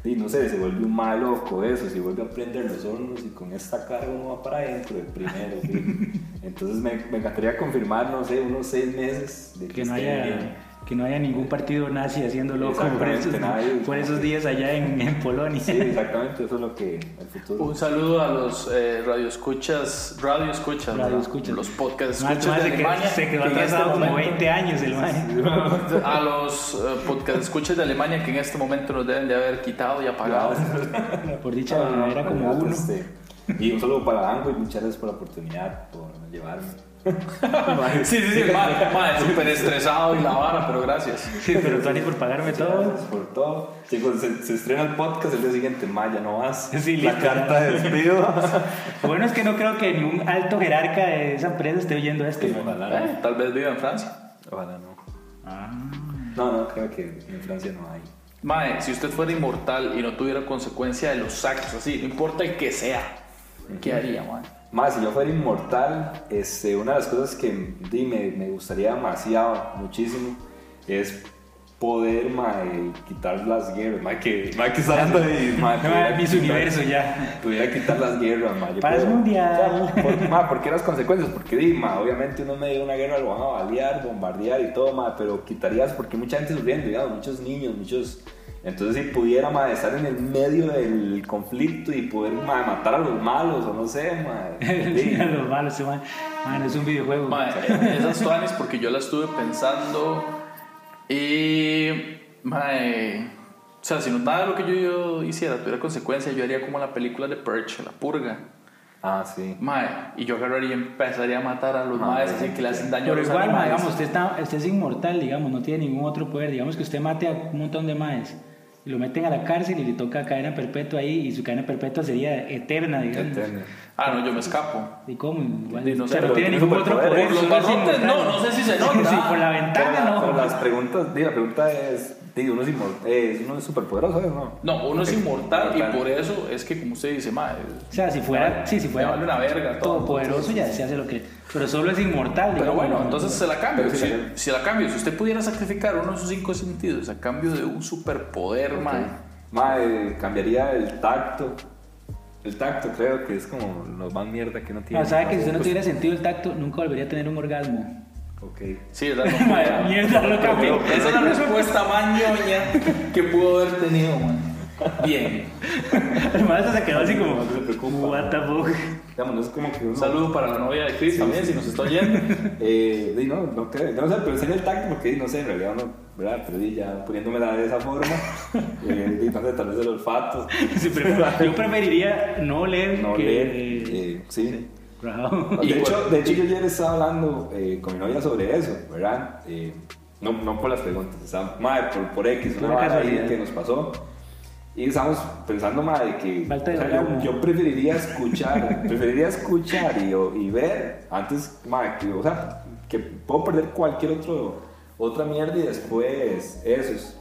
[SPEAKER 2] sé, y no sé, se vuelve un mal loco eso, si vuelve a prender los hornos y con esta carga uno va para adentro el primero. sí. Entonces me, me encantaría confirmar, no sé, unos seis meses de
[SPEAKER 3] Que no
[SPEAKER 2] esté
[SPEAKER 3] haya,
[SPEAKER 2] bien.
[SPEAKER 3] que no haya ningún partido nazi haciendo loco por
[SPEAKER 2] Exactamente,
[SPEAKER 3] esos,
[SPEAKER 2] nadie.
[SPEAKER 3] por esos días allá en, en Polonia.
[SPEAKER 2] Sí, exactamente, eso es lo que el futuro.
[SPEAKER 1] Un saludo a los eh, radioescuchas, radioescuchas,
[SPEAKER 3] Radio
[SPEAKER 1] ¿verdad?
[SPEAKER 3] escuchas.
[SPEAKER 1] los podcasts
[SPEAKER 3] Más-
[SPEAKER 1] escuchas
[SPEAKER 3] más
[SPEAKER 1] de
[SPEAKER 3] se, que-
[SPEAKER 1] Alemania.
[SPEAKER 3] se quedó
[SPEAKER 1] que en este
[SPEAKER 3] atrasado como
[SPEAKER 1] momento-
[SPEAKER 3] 20 años el man.
[SPEAKER 1] A los eh, podcast escuchas de Alemania que en este momento nos deben de haber quitado y apagado.
[SPEAKER 3] Por dicha
[SPEAKER 1] Ah,
[SPEAKER 3] era
[SPEAKER 1] pues,
[SPEAKER 3] como
[SPEAKER 2] Ojalá,
[SPEAKER 3] uno.
[SPEAKER 2] este, Y un saludo para Ango y muchas gracias por la oportunidad, por llevarme.
[SPEAKER 1] sí, sí, sí, madre, madre, súper estresado y la vara, pero gracias.
[SPEAKER 3] Sí, pero Tony por pagarme todo.
[SPEAKER 2] Gracias por todo. Chicos, se, se estrena el podcast el día siguiente. Maya, no vas.
[SPEAKER 3] Sí,
[SPEAKER 2] la
[SPEAKER 3] listo.
[SPEAKER 2] carta de despido.
[SPEAKER 3] Lo bueno es que no creo que ningún alto jerarca de esa empresa esté oyendo esto. man.
[SPEAKER 2] Ojalá
[SPEAKER 1] Eh, tal vez viva en Francia.
[SPEAKER 2] no. Ojalá no.
[SPEAKER 3] Ah.
[SPEAKER 2] No, no, creo que en Francia no hay.
[SPEAKER 1] Mae, si usted fuera inmortal y no tuviera consecuencia de los actos, así, no importa el que sea, ¿qué haría, mae?
[SPEAKER 2] Más, si yo fuera inmortal, este, una de las cosas que di, me, me gustaría demasiado, muchísimo, es poder mae, quitar las guerras. Mae, que, mae, que está hablando de mae,
[SPEAKER 3] No,
[SPEAKER 2] tuviera
[SPEAKER 3] Miss
[SPEAKER 2] que quitar-
[SPEAKER 3] Ah, Universo ya.
[SPEAKER 2] Tuviera que quitar las guerras, mae. yo
[SPEAKER 3] Paz
[SPEAKER 2] creo.
[SPEAKER 3] mundial.
[SPEAKER 2] O sea, por, mae, ¿por qué las consecuencias? Porque di, mae, obviamente uno en medio de una guerra lo van a balear, bombardear y todo, mae, pero quitarías, porque mucha gente sufriendo, digamos, muchos niños, muchos... Entonces, si pudiera mae, estar en el medio del conflicto y poder mae, matar a los malos, o no sé, mae. di,
[SPEAKER 3] Los malos, ese man. Man, es un videojuego.
[SPEAKER 1] Mae, esas tuanes porque yo las estuve pensando y mae, o sea, si no nada de lo que yo, yo hiciera tuviera consecuencias, yo haría como la película de Perch, la purga.
[SPEAKER 2] Ah, sí.
[SPEAKER 1] Mae, y yo agarraría y empezaría a matar a los
[SPEAKER 2] Mae,
[SPEAKER 1] maes así que le hacen daño a
[SPEAKER 3] Ah, Pero
[SPEAKER 1] los
[SPEAKER 3] igual, ma,
[SPEAKER 1] animales.
[SPEAKER 3] digamos, usted, está, usted es inmortal, digamos, no tiene ningún otro poder. Digamos que usted mate a un montón de maes. y Lo meten a la cárcel y le toca cadena perpetua ahí y su cadena perpetua sería eterna, digamos.
[SPEAKER 2] Eterno.
[SPEAKER 1] Ah, no, yo me escapo.
[SPEAKER 3] ¿Y cómo? Igual,
[SPEAKER 1] Y no
[SPEAKER 3] o sea,
[SPEAKER 1] sé,
[SPEAKER 3] no
[SPEAKER 1] pero
[SPEAKER 3] tiene
[SPEAKER 2] tiene
[SPEAKER 3] ningún otro
[SPEAKER 2] superpoderes.
[SPEAKER 3] poder.
[SPEAKER 1] Por los
[SPEAKER 3] solo es
[SPEAKER 1] barrotes,
[SPEAKER 3] inmortal.
[SPEAKER 1] no, no sé si se nota.
[SPEAKER 3] Sí, por la ventana
[SPEAKER 2] Pero la-
[SPEAKER 3] no.
[SPEAKER 2] pero las preguntas, di, la pregunta es, di, uno es inmortal, uno es superpoderoso, ¿eh? ¿no?
[SPEAKER 1] No, uno es inmortal
[SPEAKER 2] Inmortal.
[SPEAKER 1] y por eso es que como usted dice, mae,
[SPEAKER 3] O sea, si fuera, sí, si
[SPEAKER 1] me
[SPEAKER 3] fuera
[SPEAKER 1] vale una verga todo.
[SPEAKER 3] todopoderoso ya se hace lo que... Pero solo es inmortal,
[SPEAKER 1] Pero
[SPEAKER 3] digamos,
[SPEAKER 1] bueno,
[SPEAKER 3] no-
[SPEAKER 1] entonces se la cambio.
[SPEAKER 2] Pero sí
[SPEAKER 1] Si,
[SPEAKER 2] la cambio.
[SPEAKER 1] si la cambio, si usted pudiera sacrificar uno de sus cinco sentidos a cambio de un superpoder, mae.
[SPEAKER 2] Mae, eh, cambiaría el tacto. El tacto creo que es como lo más mierda que no
[SPEAKER 1] eh,
[SPEAKER 2] tiene.
[SPEAKER 3] Ah,
[SPEAKER 2] Pues,
[SPEAKER 3] O sea, que si
[SPEAKER 1] pues,
[SPEAKER 3] usted no tuviera sentido el tacto, nunca volvería a tener un orgasmo.
[SPEAKER 2] Ok.
[SPEAKER 1] Sí, ¿verdad? No,
[SPEAKER 3] Madre mierda, loca,
[SPEAKER 1] Esa es la respuesta más ñoña que pudo haber tenido, mae. Bien.
[SPEAKER 3] El maestro se quedó así como,
[SPEAKER 2] No se preocupa.
[SPEAKER 3] what the fuck.
[SPEAKER 2] Digamos, no es como que
[SPEAKER 1] Un
[SPEAKER 2] uno.
[SPEAKER 1] saludo para la novia de Chris también, si nos está oyendo.
[SPEAKER 2] Eh, di, no, no creo. Yo no sé, pero enseño el tacto porque di, no sé, en realidad no. ¿Verdad? Pero di, ya poniéndome la de esa forma. eh, di, no sé, tal vez el olfato.
[SPEAKER 3] Sí, pero yo preferiría no leer
[SPEAKER 2] No
[SPEAKER 3] que...
[SPEAKER 2] leer. eh, sí.
[SPEAKER 3] Bravo.
[SPEAKER 2] De hecho, de hecho, yo ayer estaba hablando eh, con mi novia sobre eso, ¿verdad? Eh, no, no por las preguntas, estaba, madre, por, por X, una
[SPEAKER 3] Pura
[SPEAKER 2] vara ahí
[SPEAKER 3] casualidad.
[SPEAKER 2] que nos pasó. Y estábamos pensando, madre, que
[SPEAKER 3] Falta de
[SPEAKER 2] yo,
[SPEAKER 3] orgasmo.
[SPEAKER 2] yo preferiría escuchar, preferiría escuchar y, o- y ver antes, madre, que, o sea, que puedo perder cualquier otro, otra mierda y después esos.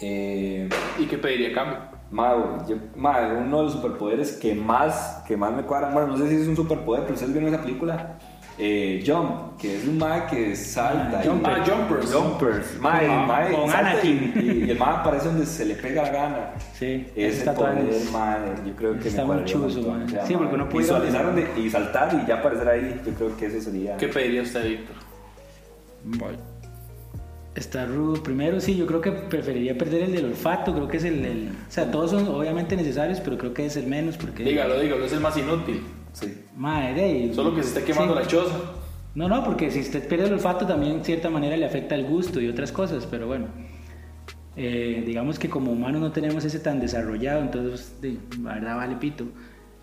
[SPEAKER 2] Eh,
[SPEAKER 1] ¿Y qué pediría a cambio?
[SPEAKER 2] Mae, yo- mae, uno de los superpoderes que más, que más me cuadran, bueno, no sé si es un superpoder, pero ustedes vieron esa película, eh, Jump, que es un mae que salta. y-
[SPEAKER 1] Jumper. Ah, Jumpers.
[SPEAKER 2] Jumpers. Mae,
[SPEAKER 3] Con-
[SPEAKER 2] mae,
[SPEAKER 3] con
[SPEAKER 2] salta
[SPEAKER 3] Anakin.
[SPEAKER 2] Y, y el mae aparece donde se le pega la gana.
[SPEAKER 3] Sí,
[SPEAKER 2] Ese
[SPEAKER 3] está
[SPEAKER 2] poder,
[SPEAKER 3] tatuajes.
[SPEAKER 2] mae, yo creo que
[SPEAKER 3] Está
[SPEAKER 2] me
[SPEAKER 3] muy
[SPEAKER 2] cuadraría un
[SPEAKER 3] chuzo,
[SPEAKER 2] montón.
[SPEAKER 3] mae. Sí, porque uno puede ir a-
[SPEAKER 2] Visualizar donde- y saltar y ya aparecer ahí, yo creo que eso sería...
[SPEAKER 1] ¿Qué pediría usted, Víctor?
[SPEAKER 3] Está rudo. Primero, sí, yo creo que preferiría perder el del olfato. Creo que es el. el- o sea, todos son obviamente necesarios, pero creo que es el menos. Porque.
[SPEAKER 1] Dígalo, dígalo, es el más inútil.
[SPEAKER 2] Sí.
[SPEAKER 3] Madre. y-
[SPEAKER 1] Solo que se esté quemando
[SPEAKER 3] Sí.
[SPEAKER 1] la choza.
[SPEAKER 3] No, no, porque si usted pierde el olfato también, en cierta manera, le afecta el gusto y otras cosas, pero bueno. Eh, digamos que como humanos no tenemos ese tan desarrollado, entonces, de, la verdad, vale pito.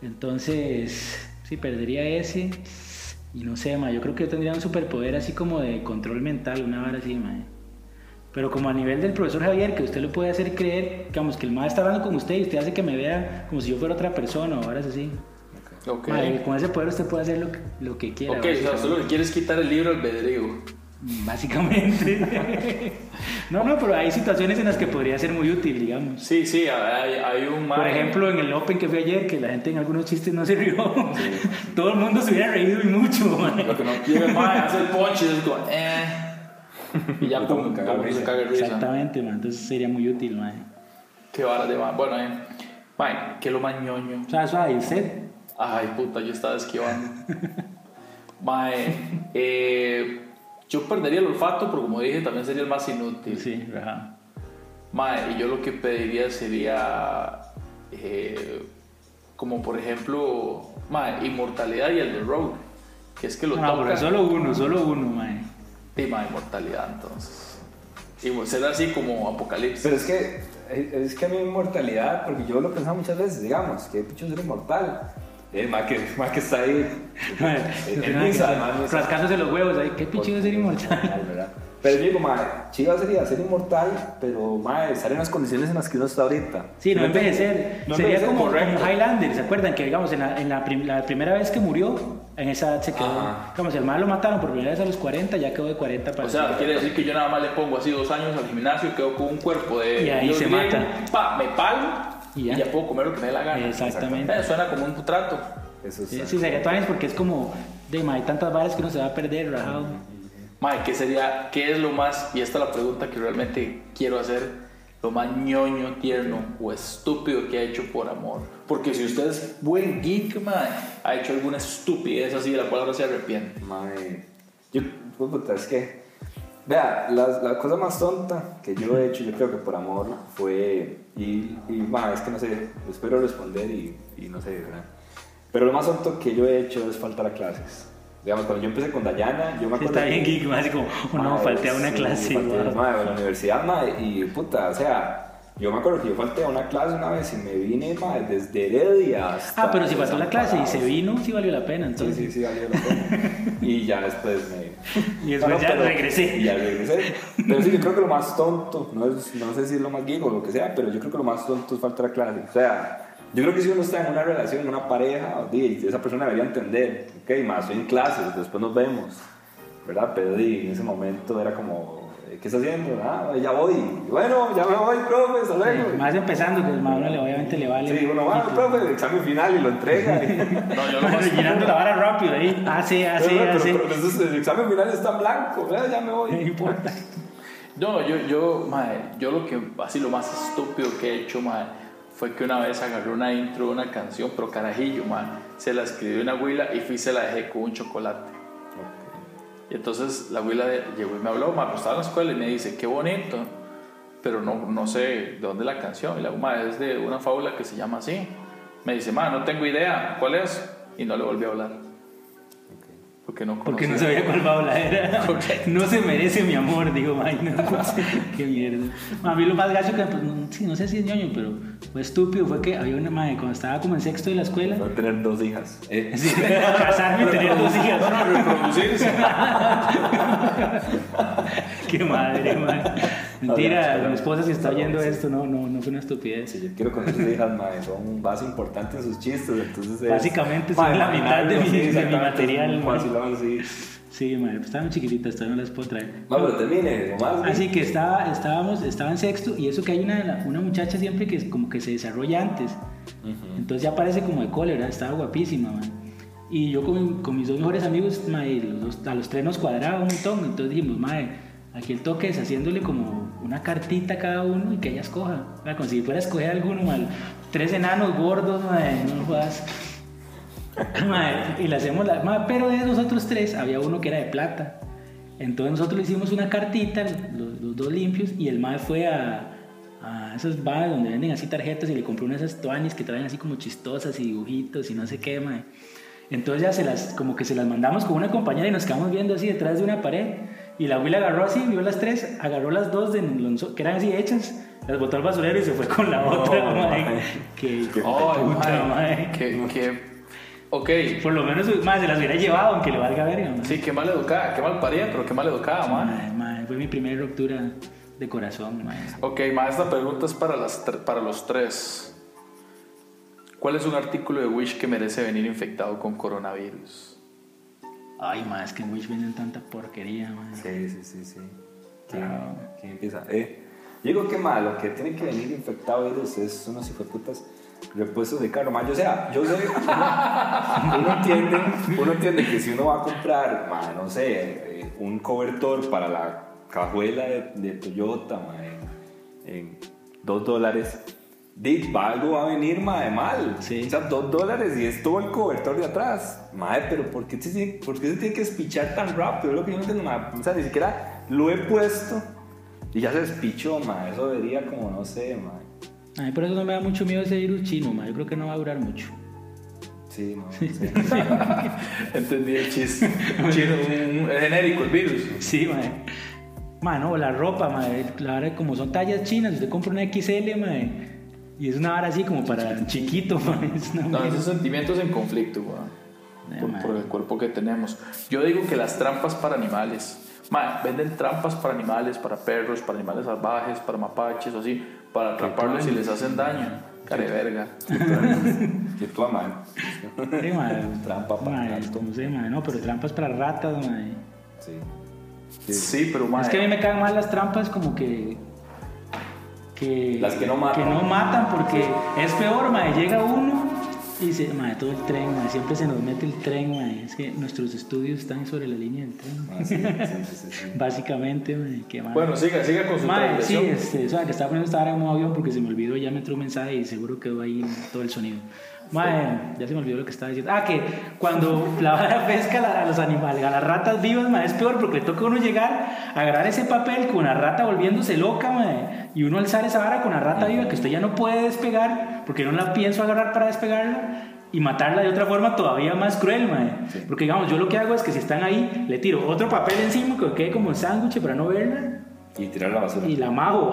[SPEAKER 3] Entonces, sí, perdería ese. Y no sé, ma, yo creo que yo tendría un superpoder así como de control mental, una vara así, ma. Pero como a nivel del profesor Javier, que usted lo puede hacer creer, digamos, que el maestro está hablando con usted y usted hace que me vea como si yo fuera otra persona o varas así.
[SPEAKER 1] Ok.
[SPEAKER 3] Ma, y con ese poder usted puede hacer lo que, lo que quiera.
[SPEAKER 1] Ok, o sea,
[SPEAKER 3] básicamente.
[SPEAKER 1] usted lo que quiere es quitar el libro al albedrío.
[SPEAKER 3] Básicamente. no, no, pero hay situaciones en las que podría ser muy útil, digamos.
[SPEAKER 1] Sí, sí, hay, hay un
[SPEAKER 3] Por
[SPEAKER 1] mae-
[SPEAKER 3] ejemplo, en el Open que fue ayer, que la gente en algunos chistes no se rió. Todo el mundo se hubiera reído y mucho, man.
[SPEAKER 1] Lo que no llega el mae, hace el ponche, es como, eh. Y ya,
[SPEAKER 2] Todo el
[SPEAKER 1] pum,
[SPEAKER 2] mundo
[SPEAKER 1] todo
[SPEAKER 2] caga
[SPEAKER 1] el mundo se
[SPEAKER 2] risa.
[SPEAKER 1] caga de risa.
[SPEAKER 3] Exactamente, man. Entonces sería muy útil, man.
[SPEAKER 1] Qué vara de mae. Bueno, eh. Mae, qué lo mañoño.
[SPEAKER 3] O sea, suave, ¿y usted?
[SPEAKER 1] Ay, puta, yo estaba esquivando. Mae, eh, yo perdería el olfato, pero como dije, también sería el más inútil.
[SPEAKER 3] Sí, ajá.
[SPEAKER 1] Mae, y yo lo que pediría sería, eh, como por ejemplo, mae, inmortalidad y el de Road, que es que lo
[SPEAKER 3] No, pero
[SPEAKER 1] toca.
[SPEAKER 3] solo uno, solo uno, man.
[SPEAKER 1] Sí, mae, inmortalidad entonces. Y bueno, será así como apocalipsis.
[SPEAKER 2] Pero es que, es que a mí inmortalidad, porque yo lo he pensado muchas veces, digamos, que picho ser inmortal. El más que, más que está ahí.
[SPEAKER 3] Man,
[SPEAKER 2] El- el
[SPEAKER 3] no,
[SPEAKER 2] Misa,
[SPEAKER 3] que-
[SPEAKER 2] además, Misa.
[SPEAKER 3] Rascándose los huevos, ahí. Qué pichido ser inmortal.
[SPEAKER 2] ¿verdad? Pero yo digo, madre, chiva sería ser inmortal, pero madre, estar en las condiciones en las que uno está ahorita.
[SPEAKER 3] Sí, no,
[SPEAKER 2] te-
[SPEAKER 3] envejecer.
[SPEAKER 2] no
[SPEAKER 3] Sería
[SPEAKER 2] envejecer,
[SPEAKER 3] como, como
[SPEAKER 2] correcto.
[SPEAKER 3] Highlander, ¿se acuerdan? Que digamos, en la, en la prim- la primera vez que murió, en esa edad se quedó.
[SPEAKER 2] Ajá.
[SPEAKER 3] Digamos, el mal lo mataron por primera vez a los 40, ya quedó de 40 para
[SPEAKER 1] O sea,
[SPEAKER 3] siempre.
[SPEAKER 1] quiere decir que yo nada más le pongo así dos años al gimnasio y quedo con un cuerpo de.
[SPEAKER 3] Y ahí
[SPEAKER 1] yo
[SPEAKER 3] se
[SPEAKER 1] griego,
[SPEAKER 3] mata.
[SPEAKER 1] pa, me palmo
[SPEAKER 3] Y
[SPEAKER 1] y
[SPEAKER 3] ya.
[SPEAKER 1] ya. puedo comer lo que me dé la gana.
[SPEAKER 3] Exactamente.
[SPEAKER 1] Eh, suena como un trato.
[SPEAKER 2] Eso
[SPEAKER 3] Sí,
[SPEAKER 2] está.
[SPEAKER 3] sí, sería tuanis porque es como, de ma, hay tantas varas que uno se va a perder, rajado.
[SPEAKER 1] Mae, ¿qué sería? ¿Qué es lo más? Y esta es la pregunta que realmente quiero hacer. Lo más ñoño, tierno o estúpido que ha hecho por amor. Porque si usted es buen geek, mae, ha hecho alguna estupidez así de la cual ahora se arrepiente.
[SPEAKER 2] Mae, yo, pues, puta, es que, vea, la, la cosa más tonta que yo he hecho, yo creo que por amor, fue, y, y mae, es que no sé, espero responder y, y no sé, ¿verdad? Pero lo más tonto que yo he hecho es faltar a clases. Digamos, cuando yo empecé con Dayana, yo me acuerdo...
[SPEAKER 3] Está bien
[SPEAKER 2] que-
[SPEAKER 3] geek, más así como, oh, no,
[SPEAKER 2] Mae,
[SPEAKER 3] falté a una
[SPEAKER 2] sí,
[SPEAKER 3] clase.
[SPEAKER 2] falté,
[SPEAKER 3] guau.
[SPEAKER 2] mae, a la universidad, mae, y puta, o sea, yo me acuerdo que yo falté a una clase una vez y me vine, mae, desde Heredia hasta...
[SPEAKER 3] Ah, pero si faltó la clase y se
[SPEAKER 2] vino
[SPEAKER 3] vino, sí valió la pena,
[SPEAKER 2] Sí,
[SPEAKER 3] entonces.
[SPEAKER 2] sí, sí, valió la pena. y ya después me...
[SPEAKER 3] Y después ya
[SPEAKER 2] pero-
[SPEAKER 3] regresé.
[SPEAKER 2] Y ya regresé. Pero sí, yo creo que lo más tonto, no, es- no sé si es lo más gay o lo que sea, pero yo creo que lo más tonto es faltar a clase. O sea, yo creo que si uno está en una relación, en una pareja, di, esa persona debería entender, ok, más estoy en clases, después nos vemos, ¿verdad? Pero di, en ese momento era como, eh, ¿qué está haciendo? Ah, ya voy. Y bueno, ya me voy, profe, hasta luego.
[SPEAKER 3] Más empezando, que el ma, uno le- obviamente le vale.
[SPEAKER 2] Sí, uno va, profe, examen final y lo entrega. y-
[SPEAKER 1] No, yo lo
[SPEAKER 3] Bueno,
[SPEAKER 1] más
[SPEAKER 3] llenando la vara rápido ahí, Ah, hace, hace,
[SPEAKER 2] pero,
[SPEAKER 3] hace.
[SPEAKER 2] pero, entonces el examen final está en blanco, ¿verdad? ya me
[SPEAKER 3] No
[SPEAKER 2] voy.
[SPEAKER 3] importa.
[SPEAKER 1] No, yo, yo, mae, yo lo que, así lo más estúpido que he hecho, mae, fue que una vez agarré una intro de una canción, pero carajillo, mae, se la escribí una huila y fui y se la dejé con un chocolate. Y entonces la huila de- llegó y me habló, mae, pues estaba en la escuela y me dice, qué bonito. pero no, no sé de dónde es la canción. Y la mamá es de una fábula que se llama así. Me dice, ma, no tengo idea, ¿cuál es? Y no le volví a hablar. Porque no
[SPEAKER 3] Porque no
[SPEAKER 1] conocía.
[SPEAKER 3] sabía cuál fábula era. No se merece mi amor, digo, ay, no, qué mierda. A mí lo más gacho que, pues, no, sí, no sé si es ñoño, pero fue estúpido, fue que había una madre cuando estaba como en sexto de la escuela.
[SPEAKER 2] Va a tener dos hijas. Eh,
[SPEAKER 3] Sí, casarme y tener dos hijas.
[SPEAKER 1] No, no, reproducirse.
[SPEAKER 3] Qué madre, madre. Mentira, mi esposa si está oyendo esto, no, no, no fue una estupidez.
[SPEAKER 2] Yo quiero conocer sus hijas, mae. Son un vaso importante en sus chistes. Entonces es-
[SPEAKER 3] Básicamente son la mitad de mi-
[SPEAKER 2] sí,
[SPEAKER 3] de mi
[SPEAKER 2] exactamente,
[SPEAKER 3] material,
[SPEAKER 2] es un
[SPEAKER 3] mae.
[SPEAKER 2] vacilón, sí.
[SPEAKER 3] Sí, madre, pues estaban chiquititas, todavía no las puedo traer.
[SPEAKER 2] Mae, pero termine, Omar.
[SPEAKER 3] Así que estaba, estábamos, estaba en sexto y eso que hay una, una muchacha siempre que es como que se desarrolla antes. Entonces ya parece como de cólera, estaba guapísima, man. Y yo con, con mis dos mejores amigos, mae, los dos- a los tres nos cuadraba un montón. Entonces dijimos, mae, aquí el toque es haciéndole como una cartita a cada uno y que ella escoja. Mae, como si fuera a escoger alguno, mae. Tres enanos gordos, mae, no jodas. Mae, y le hacemos la. mae, pero de nosotros tres había uno que era de plata. Entonces nosotros le hicimos una cartita, los, los dos limpios, y el mae fue a, a esos bares donde venden así tarjetas y le compró una de esas toanis que traen así como chistosas y dibujitos y no sé qué, mae. Entonces ya se las, como que se las mandamos con una compañera y nos quedamos viendo así detrás de una pared. Y la abuela agarró así, vio las tres, agarró las dos de nylonzo- que eran así hechas, las botó al basurero y se fue con la otra, mae.
[SPEAKER 2] mae.
[SPEAKER 3] Qué
[SPEAKER 2] Qué
[SPEAKER 1] Ay,
[SPEAKER 3] puta,
[SPEAKER 1] mae,
[SPEAKER 3] mae.
[SPEAKER 1] que- que- Ok,
[SPEAKER 3] Por lo menos más se las hubiera llevado, aunque le valga verga. ma.
[SPEAKER 1] sí, qué mal educada, qué mal parida, pero qué mal educada, ma.
[SPEAKER 3] Ma, ma, fue mi primera ruptura de corazón. ma.
[SPEAKER 1] Ok, ma, esta pregunta es para, las tre- para los tres. ¿Cuál es un artículo de Wish que merece venir infectado con coronavirus?
[SPEAKER 3] Ay, más que en Wish venden tanta porquería. ma.
[SPEAKER 2] Sí, sí, sí, sí. ¿Quién,
[SPEAKER 3] Ah.
[SPEAKER 2] quién empieza? Eh, yo digo que malo, que tiene que venir infectado virus es unos hijueputas repuestos de carro. Más, o sea, yo soy. Uno, uno entiende, uno entiende que si uno va a comprar, ma, no sé, eh, un cobertor para la cajuela de, de Toyota, ma, en, en dos dólares. di, va- algo va a venir ma, de mal.
[SPEAKER 3] Sí.
[SPEAKER 2] O sea, dos dólares y es todo el cobertor de atrás. Madre, pero ¿por qué, se tiene, por qué se tiene que espichar tan rápido? Es lo que yo no entiendo, madre. O sea, ni siquiera lo he puesto y ya se despichó, madre. Eso vería como, no sé, madre.
[SPEAKER 3] A mí por eso no me da mucho miedo ese virus chino. ma. Yo creo que no va a durar mucho.
[SPEAKER 2] Sí, madre. sí.
[SPEAKER 1] Entendí el chiste. Chino, un- un- es genérico el virus.
[SPEAKER 3] Sí, ma. Ma, no, la ropa, ma. La vara, como son tallas chinas, usted compra una XL, ma. Y es una vara así como para chiquito, ma. Es una
[SPEAKER 1] No,
[SPEAKER 3] mierda.
[SPEAKER 1] esos sentimientos en conflicto, weón.
[SPEAKER 3] Eh,
[SPEAKER 1] Por,
[SPEAKER 3] man.
[SPEAKER 1] por el cuerpo que tenemos. Yo digo que las trampas para animales. Man, venden trampas para animales, para perros, para animales salvajes, para mapaches o así, para atraparlos y les hacen daño. Care verga.
[SPEAKER 2] Que tú, madre.
[SPEAKER 3] Sí, ma.
[SPEAKER 2] Trampa para
[SPEAKER 3] Ma,
[SPEAKER 2] gato.
[SPEAKER 3] No sé, ma. No, pero trampas para ratas, ma.
[SPEAKER 2] Sí.
[SPEAKER 1] Sí, pero man,
[SPEAKER 3] Es que a mí me caen mal las trampas como que... que
[SPEAKER 2] Las que no matan.
[SPEAKER 3] Que no matan porque es peor, mae. Llega uno y dice, mae, todo el tren, mae. Siempre se nos mete el tren, mae. Es que nuestros estudios están sobre la línea del tren.
[SPEAKER 2] Ah, sí, sí, sí, sí, sí.
[SPEAKER 3] Básicamente, mae. Qué mal.
[SPEAKER 1] Bueno, siga, siga con su
[SPEAKER 3] Mae, sí,
[SPEAKER 1] transgresión.
[SPEAKER 3] este, o sea, que estaba poniendo esta hora en modo avión porque se me olvidó, ya me entró un mensaje y seguro quedó ahí todo el sonido. Mae, ya se me olvidó lo que estaba diciendo. Ah, que cuando la vara pesca la- a los animales, a las ratas vivas, mae, es peor porque le toca a uno llegar, agarrar ese papel con la rata volviéndose loca, mae, y uno alzar esa vara con la rata viva que usted ya no puede despegar porque no la pienso agarrar para despegarla. Y matarla de otra forma todavía más cruel, mae.
[SPEAKER 2] Sí.
[SPEAKER 3] Porque digamos, yo lo que hago es que si están ahí, le tiro otro papel encima que quede como sándwich para no verla
[SPEAKER 2] Y tirar la basura.
[SPEAKER 3] y la mago